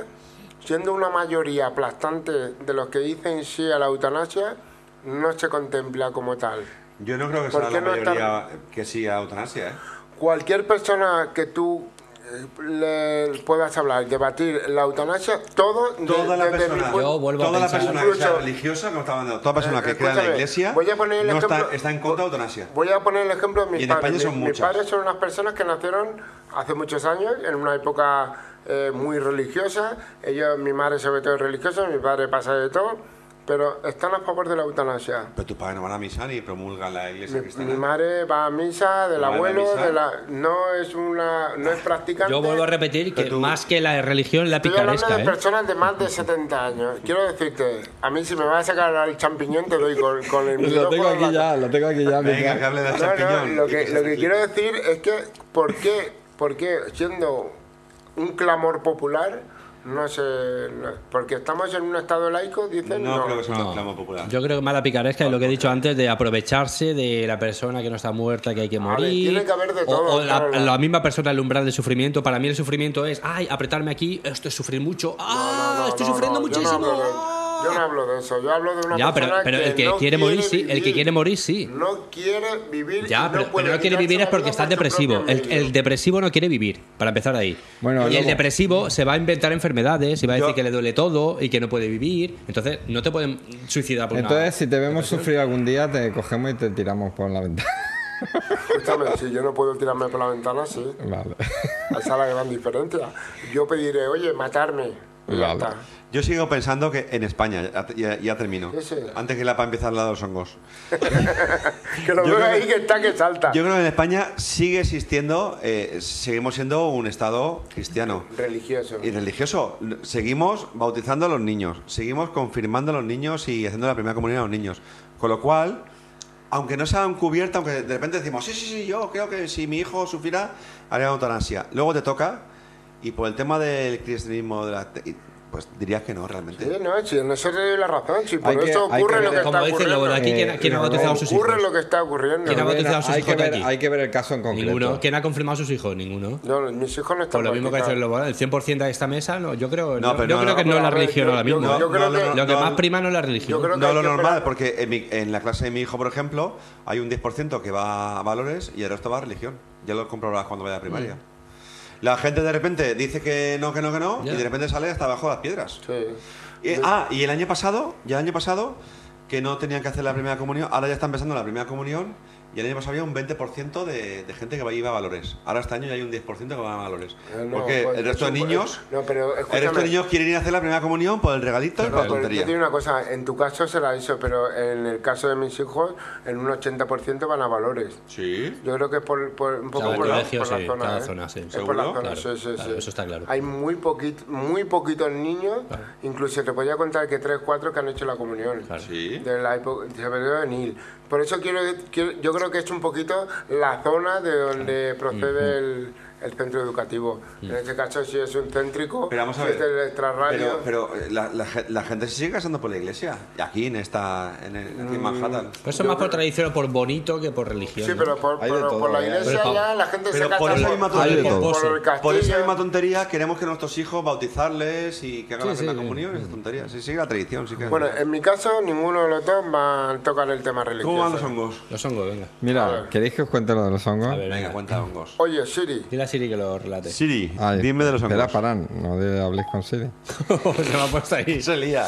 Speaker 3: siendo una mayoría aplastante de los que dicen sí a la eutanasia, no se contempla como tal.
Speaker 1: Yo no creo que
Speaker 3: ¿por
Speaker 1: sea
Speaker 3: qué
Speaker 1: la
Speaker 3: no
Speaker 1: mayoría
Speaker 3: están-
Speaker 1: que sí a eutanasia, ¿eh?
Speaker 3: Cualquier persona que tú eh, le puedas hablar, debatir la eutanasia, todo de-
Speaker 1: Toda la
Speaker 3: desde mi
Speaker 1: persona,
Speaker 3: punto-
Speaker 4: Yo vuelvo a
Speaker 1: toda la
Speaker 4: pensar.
Speaker 1: persona que sea
Speaker 3: Incluso-
Speaker 1: religiosa, como estaba hablando, toda persona que crea en la
Speaker 3: escúchame,
Speaker 1: iglesia
Speaker 3: voy a poner el
Speaker 1: no está,
Speaker 3: ejemplo-
Speaker 1: está en contra de eutanasia.
Speaker 3: Voy a poner el ejemplo de mis
Speaker 1: Y en
Speaker 3: padres.
Speaker 1: España son
Speaker 3: mis, mis
Speaker 1: muchas.
Speaker 3: padres son unas personas que nacieron hace muchos años en una época eh, muy religiosa. Ellos, mi madre sobre todo es religiosa, mi padre pasa de todo, pero están a favor de la eutanasia.
Speaker 1: Pero tus padres no van a misa ni promulgan la iglesia
Speaker 3: Mi, mi
Speaker 1: cristiana.
Speaker 3: madre va a misa del
Speaker 1: ¿Va a la
Speaker 3: abuelo,
Speaker 1: misa?
Speaker 3: de la, no es una, no es practicante.
Speaker 4: Yo vuelvo a repetir que
Speaker 1: Pero tú-
Speaker 4: más que la religión, la
Speaker 3: Estoy hablando
Speaker 4: picaresca,
Speaker 3: de
Speaker 4: ¿eh?
Speaker 3: personas de más de 70 años. Quiero decirte, a mí si me vas a sacar al champiñón te doy con, con el
Speaker 2: Lo
Speaker 3: micrófono
Speaker 2: tengo
Speaker 3: en
Speaker 2: aquí
Speaker 3: la-
Speaker 2: ya, lo tengo aquí ya.
Speaker 1: Venga,
Speaker 2: mira.
Speaker 1: que hable del
Speaker 3: No, no,
Speaker 1: champiñón.
Speaker 3: lo
Speaker 1: y
Speaker 3: que,
Speaker 1: se
Speaker 3: lo que
Speaker 1: explique.
Speaker 3: quiero decir es que, ¿por qué, por qué siendo un clamor popular, no sé, no- porque estamos en un estado laico, dicen,
Speaker 1: No,
Speaker 3: no.
Speaker 1: creo que sea un
Speaker 4: No.
Speaker 1: reclamo popular.
Speaker 4: Yo creo que más la picaresca es lo que he dicho antes de aprovecharse de la persona que no está muerta, que hay que morir.
Speaker 3: tiene que haber de
Speaker 4: o-
Speaker 3: todo,
Speaker 4: O, la,
Speaker 3: claro.
Speaker 4: la misma persona, el umbral del sufrimiento. Para mí el sufrimiento es, ay, apretarme aquí, esto es sufrir mucho. Ah,
Speaker 3: No, no,
Speaker 4: estoy
Speaker 3: no,
Speaker 4: sufriendo
Speaker 3: no, yo no
Speaker 4: muchísimo.
Speaker 3: hablo de-
Speaker 4: ah".
Speaker 3: Yo no hablo de eso, yo hablo de una
Speaker 4: ya, pero,
Speaker 3: persona
Speaker 4: pero el que
Speaker 3: no
Speaker 4: quiere morir sí, el que
Speaker 3: vivir.
Speaker 4: quiere morir sí.
Speaker 3: No quiere vivir. y
Speaker 4: Ya,
Speaker 3: no
Speaker 4: pero, pero
Speaker 3: puede
Speaker 4: no
Speaker 3: evitarse
Speaker 4: quiere vivir
Speaker 3: la
Speaker 4: es porque
Speaker 3: vida
Speaker 4: está
Speaker 3: por su
Speaker 4: depresivo.
Speaker 3: propio
Speaker 4: El,
Speaker 3: medio.
Speaker 4: el depresivo no quiere vivir, para empezar ahí.
Speaker 2: Bueno,
Speaker 4: y el
Speaker 2: luego-
Speaker 4: depresivo se va a inventar enfermedades y va a
Speaker 1: Yo-
Speaker 4: decir que le duele todo y que no puede vivir. Entonces, no te pueden suicidar por nada.
Speaker 2: Entonces, si te vemos sufrir algún día, te cogemos y te tiramos por la ventana.
Speaker 3: Escúchame, Pues si yo no puedo tirarme por la ventana, sí.
Speaker 2: Vale.
Speaker 3: Esa es la gran diferencia. Yo pediré, oye, matarme. Y ya
Speaker 2: Vale.
Speaker 3: está.
Speaker 1: Yo sigo pensando que en España, ya, ya- ya termino,
Speaker 3: Sí, sí.
Speaker 1: antes que la para empezar la de los hongos.
Speaker 3: Que lo
Speaker 1: Yo
Speaker 3: veo
Speaker 1: creo
Speaker 3: ahí
Speaker 1: que-
Speaker 3: que está que salta.
Speaker 1: Yo creo que en España sigue existiendo, eh, seguimos siendo un Estado cristiano.
Speaker 3: Religioso.
Speaker 1: Y religioso, seguimos bautizando a los niños, seguimos confirmando a los niños y haciendo la primera comunión a los niños. Con lo cual, aunque no sea encubierta, aunque de repente decimos, sí, sí, sí, yo creo que si mi hijo sufriera, haría eutanasia. Luego te toca, y por el tema del cristianismo, de la- y, pues dirías que no, realmente.
Speaker 3: Sí, no, sí, en eso te doy la razón. Si
Speaker 2: Hay
Speaker 3: por
Speaker 2: que-
Speaker 3: eso
Speaker 2: hay
Speaker 3: ocurre
Speaker 2: que
Speaker 3: lo
Speaker 2: ver-
Speaker 3: que está
Speaker 4: Como dice
Speaker 3: ocurriendo.
Speaker 4: Lobo, de aquí, ¿quién,
Speaker 2: Eh,
Speaker 4: quién ha
Speaker 2: no,
Speaker 4: bautizado a sus hijos?
Speaker 3: Ocurre lo que está ocurriendo.
Speaker 4: ¿Quién ha bautizado a sus
Speaker 2: hay, que
Speaker 4: hijos
Speaker 2: ver,
Speaker 4: aquí?
Speaker 2: hay que ver el caso en concreto.
Speaker 4: Ninguno. ¿Quién ha confirmado a sus hijos? Ninguno.
Speaker 3: No, mis hijos no están
Speaker 4: Por lo mismo que ha dicho el
Speaker 3: bautizados.
Speaker 4: Lobo, ¿eh? el 100% de esta mesa, no, yo creo,
Speaker 1: No,
Speaker 4: no,
Speaker 1: pero
Speaker 4: yo
Speaker 1: no,
Speaker 4: creo
Speaker 1: no,
Speaker 4: que no es la
Speaker 3: a ver,
Speaker 4: religión
Speaker 3: yo-
Speaker 4: ahora
Speaker 3: yo-
Speaker 4: mismo. ¿eh?
Speaker 3: Yo creo
Speaker 1: No, no,
Speaker 4: lo
Speaker 3: que...
Speaker 4: que más prima no es la religión.
Speaker 3: Yo creo- que
Speaker 1: No,
Speaker 3: hay
Speaker 1: lo
Speaker 3: que
Speaker 1: normal,
Speaker 3: esperar.
Speaker 1: porque en, mi- en la clase de mi hijo, por ejemplo, hay un 10% que va a valores y el resto va a religión. Ya lo comprobarás cuando vaya a primaria.
Speaker 3: Mm.
Speaker 1: La gente de repente dice que no, que no, que no,
Speaker 4: Ya.
Speaker 1: y de repente sale hasta abajo de las piedras.
Speaker 3: Sí.
Speaker 1: Y- ah, y el año pasado, ya el año pasado, que no tenían que hacer la primera comunión, ahora ya están pensando en la primera comunión, y el año pasado había un 20% de, de gente que iba a valores. Ahora este año ya hay un 10% que va a valores.
Speaker 3: Eh, no,
Speaker 1: porque
Speaker 3: pues,
Speaker 1: el resto de
Speaker 3: eso-
Speaker 1: niños...
Speaker 3: No, pero
Speaker 1: El resto
Speaker 3: escúchame.
Speaker 1: de niños quieren ir a hacer la primera comunión por el regalito y
Speaker 3: No,
Speaker 1: por la
Speaker 3: pero yo
Speaker 1: tontería.
Speaker 3: te digo una cosa, en tu caso será eso, pero en el caso de mis hijos, en un 80% van a valores.
Speaker 1: Sí.
Speaker 3: Yo creo que es por, por- un poco
Speaker 4: Claro,
Speaker 3: por,
Speaker 4: el
Speaker 3: la,
Speaker 4: colegio,
Speaker 3: por la
Speaker 4: sí,
Speaker 3: zona.
Speaker 4: cada
Speaker 3: ¿eh?
Speaker 4: zona, sí.
Speaker 3: Es
Speaker 1: ¿Seguro?
Speaker 3: por la zona,
Speaker 4: Claro,
Speaker 3: sí, sí,
Speaker 4: claro,
Speaker 3: sí.
Speaker 4: eso está claro.
Speaker 3: Hay muy, poquit- muy poquitos niños, incluso te podía contar que 3, 4 que han hecho la comunión.
Speaker 1: Sí.
Speaker 3: De la época de Nil. Por eso quiero, quiero- yo creo que es un poquito la zona de donde procede el, el centro educativo. En este caso, si es un céntrico,
Speaker 1: Pero vamos a
Speaker 3: si
Speaker 1: ver.
Speaker 3: este es del extrarradio.
Speaker 1: Pero, pero eh, la, la ge- la gente se sigue casando por la iglesia. Y aquí en esta. En el- aquí en Manhattan.
Speaker 4: Pero eso es más por tradición o por bonito que por religión.
Speaker 3: Sí,
Speaker 4: ¿no?
Speaker 3: pero por,
Speaker 2: Hay de
Speaker 3: pero
Speaker 2: todo,
Speaker 3: por la
Speaker 2: ¿eh?
Speaker 3: iglesia
Speaker 4: Pero-
Speaker 3: ya la gente
Speaker 1: pero
Speaker 3: se casa
Speaker 1: por esa misma
Speaker 4: Hay de
Speaker 3: por,
Speaker 4: todo.
Speaker 3: por el castillo.
Speaker 1: Por esa misma tontería queremos que nuestros hijos bautizarles y que hagan la
Speaker 4: Sí,
Speaker 1: Santa
Speaker 4: sí,
Speaker 1: Comunión. Esa tontería. Sí, sigue la tradición. Sí que
Speaker 3: Bueno, eh, en mi caso, ninguno de los dos va a tocar el tema religioso.
Speaker 1: ¿Cómo van los hongos?
Speaker 4: Los hongos, venga.
Speaker 2: Mira, ¿queréis que os cuente lo de los hongos?
Speaker 4: A ver,
Speaker 1: Venga,
Speaker 4: venga.
Speaker 1: cuenta hongos.
Speaker 3: Oye, Siri,
Speaker 4: Dile a Siri que lo relate.
Speaker 1: Siri,
Speaker 2: Ay,
Speaker 1: dime de los
Speaker 2: Espera,
Speaker 1: hongos.
Speaker 2: parad, no de- habléis con Siri.
Speaker 4: Se me ha puesto ahí.
Speaker 1: Se lía.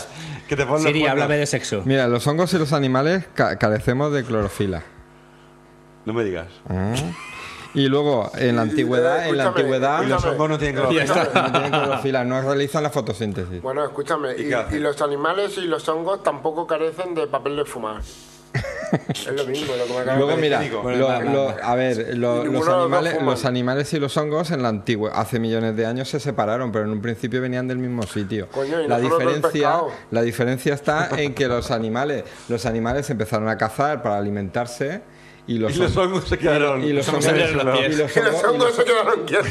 Speaker 1: Que te ponen los
Speaker 4: Siri,
Speaker 1: cuernos.
Speaker 4: háblame de sexo.
Speaker 2: Mira, los hongos y los animales ca- carecemos de clorofila.
Speaker 1: No me digas.
Speaker 2: Ah. Y luego, en la
Speaker 3: Y- y-
Speaker 2: antigüedad, en la
Speaker 3: escúchame,
Speaker 2: antigüedad
Speaker 1: Y
Speaker 3: Cuéntame.
Speaker 1: los hongos no tienen
Speaker 4: Ya
Speaker 1: color.
Speaker 4: está.
Speaker 2: no tienen clorofila, no realizan la fotosíntesis.
Speaker 3: bueno, escúchame,
Speaker 1: ¿Y
Speaker 3: y,
Speaker 1: qué hace?
Speaker 3: y los animales y los hongos tampoco carecen de papel de fumar. es lo mismo, lo que me acabas
Speaker 2: Luego
Speaker 3: de
Speaker 2: mira,
Speaker 3: decir.
Speaker 1: higiénico.
Speaker 2: lo-
Speaker 4: Bueno, va, va,
Speaker 2: lo- a ver,
Speaker 3: Ninguno
Speaker 2: lo- los
Speaker 3: de los dos
Speaker 2: animales,
Speaker 3: fuman.
Speaker 2: los animales y los hongos en la antigua, hace millones de años se separaron, pero en un principio venían del mismo sitio.
Speaker 3: Coño, y
Speaker 2: la
Speaker 3: nosotros del
Speaker 2: diferencia,
Speaker 3: pescado.
Speaker 2: la diferencia está en que los animales, los animales empezaron a cazar para alimentarse y los,
Speaker 1: Y los
Speaker 2: hongos-
Speaker 1: hongos se quedaron.
Speaker 2: y los
Speaker 4: se
Speaker 2: hongos,
Speaker 4: salieron los pies.
Speaker 2: y los
Speaker 3: Que los
Speaker 2: hongos- y
Speaker 3: hongos
Speaker 2: los-
Speaker 3: se quedaron quietos.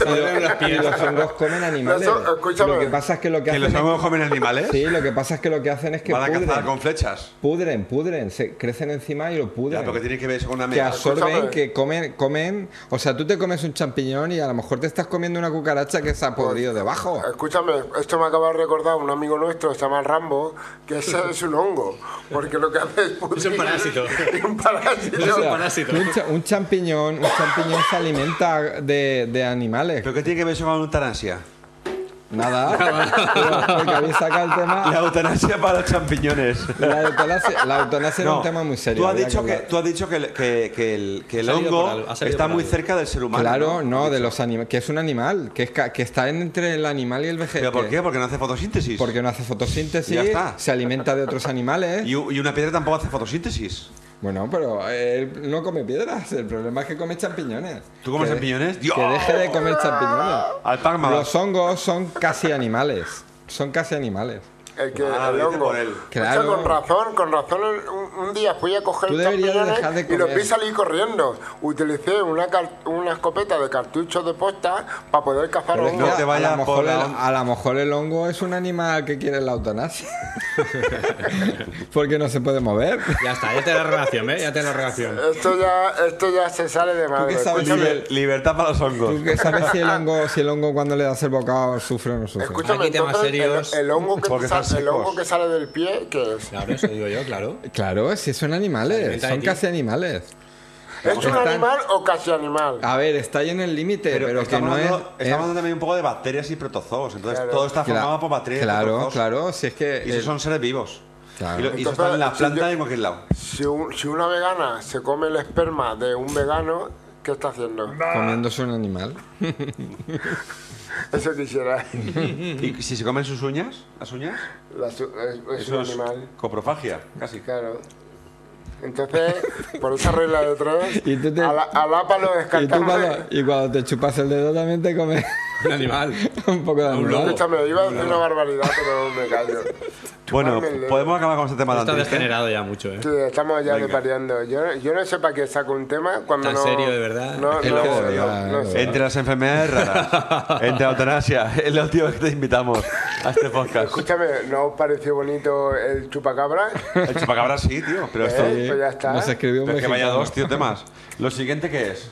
Speaker 2: y los hongos comen animales.
Speaker 3: Los hongos- escúchame.
Speaker 2: Lo que pasa es que lo que
Speaker 1: ¿Que los
Speaker 2: hacen es-
Speaker 1: hongos comen animales?
Speaker 2: sí, lo que pasa es que lo que hacen es que
Speaker 1: Van a cazar
Speaker 2: pudren,
Speaker 1: con flechas.
Speaker 2: pudren, pudren, se crecen encima y lo
Speaker 1: Ya,
Speaker 2: pudren
Speaker 1: porque tiene que ver eso con una
Speaker 2: que
Speaker 1: mesa.
Speaker 2: absorben,
Speaker 3: Escúchame.
Speaker 2: que comen, comen, o sea, tú te comes un champiñón y a lo mejor te estás comiendo una cucaracha que se ha podrido
Speaker 3: Pues,
Speaker 2: debajo.
Speaker 3: Escúchame, esto me acaba de recordar un amigo nuestro, se llama Rambo, que ese es un hongo, porque lo que hace es... pudrir-
Speaker 4: Es un parásito.
Speaker 3: Es un parásito.
Speaker 4: Es un
Speaker 2: O sea,
Speaker 4: parásito.
Speaker 2: Un, cha- un champiñón, un champiñón se alimenta de, de animales.
Speaker 1: ¿Pero qué tiene que ver eso con la eutanasia?
Speaker 2: Nada, pero porque habéis sacado el
Speaker 1: La
Speaker 2: tema.
Speaker 1: eutanasia para los champiñones.
Speaker 2: La eutanasia, la eutanasia era un tema muy serio.
Speaker 1: Tú has
Speaker 2: había
Speaker 1: dicho que,
Speaker 2: hablar.
Speaker 1: tú has dicho que el, que- que el- que el
Speaker 4: Ha salido
Speaker 1: hongo
Speaker 4: por algo, ha salido
Speaker 1: está
Speaker 4: por
Speaker 1: muy
Speaker 4: algo.
Speaker 1: cerca del ser humano.
Speaker 2: Claro, no, de los animales, que es un animal, que, es ca- que está entre el animal y el vegetal.
Speaker 1: ¿Pero por qué? Porque no hace fotosíntesis.
Speaker 2: Porque no hace fotosíntesis,
Speaker 1: Ya está.
Speaker 2: se alimenta de otros animales.
Speaker 1: Y, u- y una piedra tampoco hace fotosíntesis.
Speaker 2: Bueno, pero él no come piedras. El problema es que come champiñones.
Speaker 1: ¿Tú comes
Speaker 2: Que-
Speaker 1: champiñones? ¡Dios!
Speaker 2: Que deje de comer champiñones.
Speaker 1: Al Pac-Man.
Speaker 2: Los hongos son casi animales. Son casi animales.
Speaker 3: El que
Speaker 1: Ah, lo
Speaker 3: el
Speaker 1: dice
Speaker 3: hongo.
Speaker 1: por él.
Speaker 3: Escucha,
Speaker 2: Claro.
Speaker 3: con razón, con razón. el- Un, un día fui a coger
Speaker 2: Tú deberías
Speaker 3: champiñones
Speaker 2: dejar de
Speaker 3: y los
Speaker 2: comer.
Speaker 3: vi salir corriendo. Utilicé una, car- una escopeta de cartuchos de posta para poder cazar
Speaker 2: Pero es
Speaker 3: hongos.
Speaker 1: no
Speaker 2: que
Speaker 1: te
Speaker 2: a-
Speaker 1: vayas
Speaker 2: a, lo mejor
Speaker 1: por la
Speaker 2: el,
Speaker 1: on-
Speaker 2: a lo mejor el hongo es un animal que quiere la eutanasia. Porque no se puede mover.
Speaker 4: Ya está, ya te la relación, ¿eh? Ya te la relación.
Speaker 3: Esto ya, esto ya se sale de madre.
Speaker 2: qué sabes
Speaker 3: Escúchame,
Speaker 2: de-
Speaker 1: Liber- libertad para los hongos.
Speaker 2: ¿Tú qué sabes si el hongo, si el hongo cuando le das el bocado sufre o no sufre?
Speaker 3: escúchame,
Speaker 4: Aquí temas
Speaker 3: entonces,
Speaker 4: serios.
Speaker 3: el, el hongo
Speaker 1: Porque
Speaker 3: que
Speaker 1: están
Speaker 3: sale, el
Speaker 1: secos.
Speaker 3: hongo que sale del pie, ¿qué es?
Speaker 4: Claro, eso digo yo, claro.
Speaker 2: Claro, si son animales,
Speaker 4: alimenta de
Speaker 2: son
Speaker 4: ti.
Speaker 2: casi animales.
Speaker 3: ¿Es un
Speaker 2: Están- Ah.
Speaker 3: animal o casi animal?
Speaker 2: A ver, está ahí en el límite, pero, que
Speaker 1: estamos
Speaker 2: no es.
Speaker 1: hablando,
Speaker 2: es-
Speaker 1: estamos hablando también un poco de bacterias y protozoos. Entonces
Speaker 3: Claro.
Speaker 1: todo está formado
Speaker 2: Cla-
Speaker 1: por bacterias y
Speaker 2: Claro,
Speaker 1: protozoos.
Speaker 2: claro, si es que.
Speaker 1: Y esos
Speaker 2: eh,
Speaker 1: son seres vivos.
Speaker 2: Claro.
Speaker 1: Y, lo- y eso
Speaker 3: Entonces,
Speaker 1: está en las
Speaker 3: si
Speaker 1: plantas
Speaker 3: yo-
Speaker 1: y en cualquier lado.
Speaker 3: Si, un- si una vegana se come el esperma de un vegano, ¿qué está haciendo?
Speaker 2: comiéndose un animal.
Speaker 3: Eso quisiera.
Speaker 1: ¿Y si se comen sus uñas? ¿Las uñas?
Speaker 3: La su- es- es un
Speaker 1: Eso es
Speaker 3: animal.
Speaker 1: coprofagia, casi.
Speaker 3: Claro. Entonces, por esa regla de tres,
Speaker 2: Y tú te-
Speaker 3: a la- al APA lo
Speaker 2: Y, tú
Speaker 3: descartamos.
Speaker 2: cuando, y cuando te chupas el dedo también te comes
Speaker 4: Un animal.
Speaker 2: un poco de
Speaker 4: Un lobo.
Speaker 2: animal.
Speaker 3: Escúchame, iba a decir una barbaridad, pero me callo.
Speaker 1: Bueno,
Speaker 3: Chuparme el dedo.
Speaker 1: podemos acabar con este tema
Speaker 4: Está
Speaker 1: tan triste.
Speaker 4: degenerado ya mucho, ¿eh?
Speaker 3: Sí, estamos ya depareando. Yo, yo no sé para qué saco un tema cuando
Speaker 4: Tan
Speaker 3: no...
Speaker 4: serio, de verdad.
Speaker 3: No,
Speaker 2: Es
Speaker 3: no,
Speaker 2: que de
Speaker 3: no,
Speaker 2: verdad,
Speaker 3: no
Speaker 2: de
Speaker 3: sé.
Speaker 1: Entre las enfermedades raras, entre la eutanasia, es la última vez que te invitamos a este podcast.
Speaker 3: Escúchame, ¿no os pareció bonito el chupacabra?
Speaker 1: El chupacabra sí, tío, pero esto...
Speaker 3: Eh, pues ya está.
Speaker 2: Nos escribió un
Speaker 1: Pero es que vaya
Speaker 2: mexicano.
Speaker 1: dos, tío, temas. ¿Lo siguiente qué es?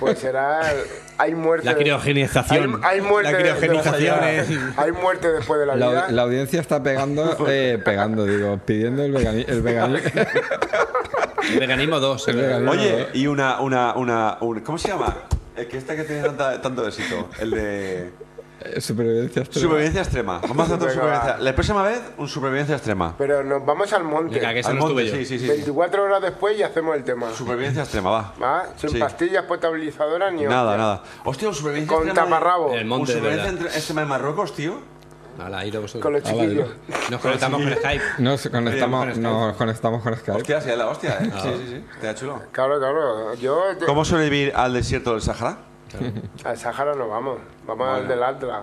Speaker 3: Pues será... el- Hay muerte...
Speaker 4: La
Speaker 3: de-
Speaker 4: criogenización.
Speaker 3: Hay, hay muerte...
Speaker 4: La criogenización
Speaker 3: después de la- Hay muerte después de la vida.
Speaker 2: La, la audiencia está pegando,
Speaker 4: Pues-
Speaker 2: eh, pegando, digo, pidiendo el veganismo. El veganismo.
Speaker 4: El veganismo 2.
Speaker 1: Oye, y una, una, una, un- ¿cómo se llama? El que este que tiene tanta- tanto éxito, el de
Speaker 2: supervivencia extrema.
Speaker 1: supervivencia extrema. Vamos a hacer otra
Speaker 3: Venga,
Speaker 1: supervivencia.
Speaker 3: va.
Speaker 1: La próxima vez, un supervivencia extrema.
Speaker 3: Pero nos vamos al monte.
Speaker 4: Venga, que esa
Speaker 1: Al
Speaker 4: no estuve
Speaker 1: monte,
Speaker 4: yo.
Speaker 1: sí, sí, sí.
Speaker 3: 24 horas después y hacemos el tema.
Speaker 1: Supervivencia extrema, va.
Speaker 3: ¿Va? Sin
Speaker 1: Sí.
Speaker 3: pastillas potabilizadoras ni
Speaker 1: Nada,
Speaker 3: hostia.
Speaker 1: nada. Hostia, un supervivencia
Speaker 3: Con
Speaker 1: extrema de-
Speaker 3: taparrabo.
Speaker 4: El
Speaker 1: Un
Speaker 4: monte, de
Speaker 1: supervivencia
Speaker 4: verdad.
Speaker 1: entre- extrema en Marruecos, tío.
Speaker 4: Hala, iros
Speaker 3: Con
Speaker 4: vosotros. Ah,
Speaker 3: los chiquillos.
Speaker 4: Nos conectamos con Skype.
Speaker 2: Nos conectamos,
Speaker 4: Oye,
Speaker 2: nos conectamos con Skype.
Speaker 1: Hostia, sí, es la hostia, ¿eh? Sí, sí, sí. Te da chulo.
Speaker 3: Claro, claro. Yo yo-
Speaker 1: ¿Cómo sobrevivir al desierto del Sahara?
Speaker 3: al Sahara no vamos. Vamos al del Atlas.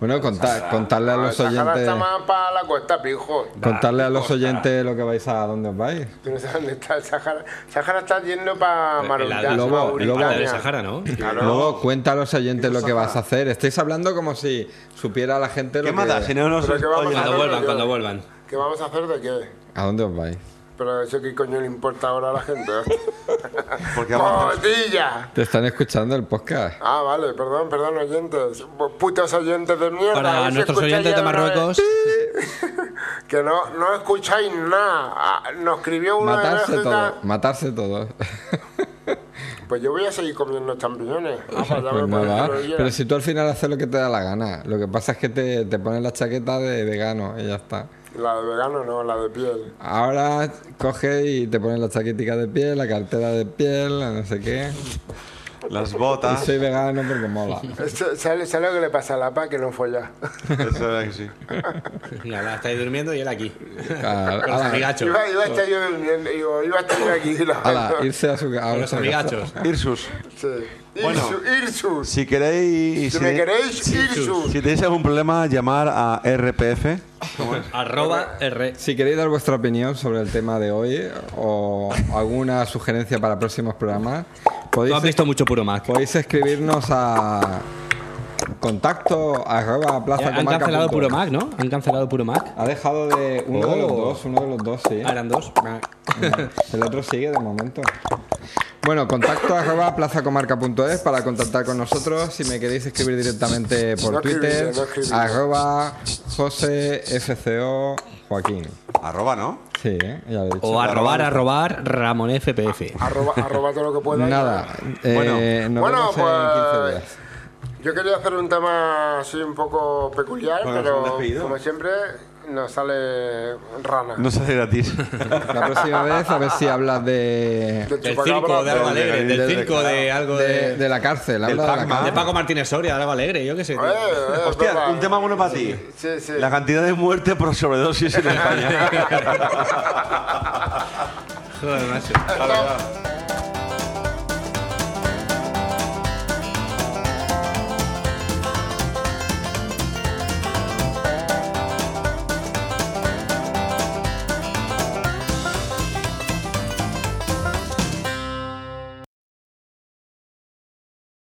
Speaker 2: Bueno, contar, contarle a los
Speaker 3: Esta cara
Speaker 2: oyentes.
Speaker 3: está más para la costa, pijo.
Speaker 2: Contarle a los oyentes lo que vais a, a dónde os vais.
Speaker 3: Tú no sabes dónde está el Sahara. Sahara está yendo para Marulanda.
Speaker 2: Lobo, Lobo.
Speaker 4: del Sahara, ¿no?
Speaker 3: Claro.
Speaker 2: Luego cuenta a los oyentes
Speaker 1: Eso
Speaker 2: lo que
Speaker 1: saca.
Speaker 2: vas a hacer. Estáis hablando como si supiera la gente lo
Speaker 1: ¿Qué
Speaker 2: que...
Speaker 1: más da? Si no nos
Speaker 3: Pero que vamos
Speaker 1: oyen.
Speaker 3: a-
Speaker 4: Cuando vuelvan, cuando vuelvan.
Speaker 3: ¿Qué vamos a hacer de qué?
Speaker 2: ¿A dónde os vais?
Speaker 3: Pero eso qué coño le importa ahora a la gente.
Speaker 1: Porque vamos a hacer-
Speaker 3: ¡Cotilla!
Speaker 2: Te están escuchando el podcast.
Speaker 3: Ah, vale, perdón, perdón, oyentes. Putos oyentes de mierda. a
Speaker 4: Para
Speaker 3: ver si
Speaker 4: nuestros
Speaker 3: escucháis
Speaker 4: oyentes de
Speaker 3: ya una vez.
Speaker 4: Marruecos,
Speaker 3: Que no, no escucháis nada. Ah, Nos escribió uno de
Speaker 2: Matarse
Speaker 3: Bélgica.
Speaker 2: todo, matarse todo.
Speaker 3: Pues yo voy a seguir comiendo champiñones. Ah, para
Speaker 2: Pues nada, pero
Speaker 3: pero
Speaker 2: si tú al final haces lo que te da la gana, lo que pasa es que te, te pones la chaqueta de vegano y ya está.
Speaker 3: La de vegano no, la de piel.
Speaker 2: Ahora coges y te pones la chaquetica de piel, la cartera de piel, la no sé qué.
Speaker 1: Las
Speaker 2: Y
Speaker 1: botas.
Speaker 2: soy vegano porque mola.
Speaker 3: Eso- ¿Sabes sabes lo que le pasa a la PA? Que no folla.
Speaker 1: Eso era que sí.
Speaker 4: nada, estáis durmiendo y él aquí.
Speaker 2: Ala,
Speaker 4: Con los amigachos.
Speaker 3: Ah, Iba, iba a estar yo durmiendo, digo, iba a estar yo aquí. la
Speaker 2: ala,
Speaker 3: verdad.
Speaker 2: irse a su a
Speaker 4: Con los
Speaker 2: vuestra casa.
Speaker 4: amigachos.
Speaker 1: Irsus.
Speaker 3: Sí.
Speaker 1: Bueno.
Speaker 3: Irsus, Irsus.
Speaker 1: Si queréis.
Speaker 3: Si me queréis,
Speaker 1: si,
Speaker 3: Irsus.
Speaker 1: si tenéis algún problema, llamar a RPF.
Speaker 4: Arroba R.
Speaker 2: Si queréis dar vuestra opinión sobre el tema de hoy o alguna sugerencia para próximos programas,
Speaker 4: Tú
Speaker 2: podéis,
Speaker 4: has visto mucho puro Mac.
Speaker 2: podéis escribirnos a contacto arroba plaza
Speaker 4: Eh, Han
Speaker 2: comarca
Speaker 4: cancelado
Speaker 2: punto
Speaker 4: puro
Speaker 2: es.
Speaker 4: Mac, ¿no? Han cancelado puro Mac.
Speaker 2: Ha dejado de uno de los
Speaker 4: Oh.
Speaker 2: dos, uno de los dos, sí.
Speaker 4: Ah, eran dos.
Speaker 2: El otro sigue de momento. Bueno, contacto arroba plazacomarca.es para contactar con nosotros. Si me queréis escribir directamente por
Speaker 3: No escribirle,
Speaker 2: Twitter,
Speaker 3: no escribirle.
Speaker 2: arroba josefco Joaquín.
Speaker 1: Arroba, ¿no?
Speaker 2: Sí, ¿eh? ya lo he dicho.
Speaker 4: O arrobar, arrobar Ramón FPF.
Speaker 3: Arroba, arroba todo lo que pueda.
Speaker 2: Nada. eh,
Speaker 1: Bueno.
Speaker 2: nos
Speaker 3: Bueno,
Speaker 2: vemos en 15
Speaker 3: pues,
Speaker 2: días.
Speaker 3: Yo quería hacer un tema así un poco peculiar,
Speaker 1: Bueno, es un
Speaker 3: pero
Speaker 1: despedido.
Speaker 3: como siempre nos sale rana.
Speaker 1: No se hace gratis.
Speaker 3: Eh,
Speaker 2: La próxima vez a ver si hablas de,
Speaker 3: Del
Speaker 4: Del
Speaker 3: chupacabra,
Speaker 4: circo de
Speaker 3: pero-
Speaker 4: algo alegre, del
Speaker 2: Del-
Speaker 4: circo de algo
Speaker 2: de,
Speaker 4: de.
Speaker 2: de la cárcel.
Speaker 1: Del
Speaker 2: Habla de la
Speaker 1: Pac-Man.
Speaker 2: cárcel.
Speaker 4: De Paco Martínez Soria, algo alegre, yo qué sé. tío.
Speaker 3: Eh, eh, es
Speaker 1: Hostia,
Speaker 3: verdad.
Speaker 1: un tema bueno para ti.
Speaker 3: Sí, sí.
Speaker 1: La cantidad de muertes por sobredosis en España.
Speaker 4: Joder, macho.
Speaker 3: Hasta-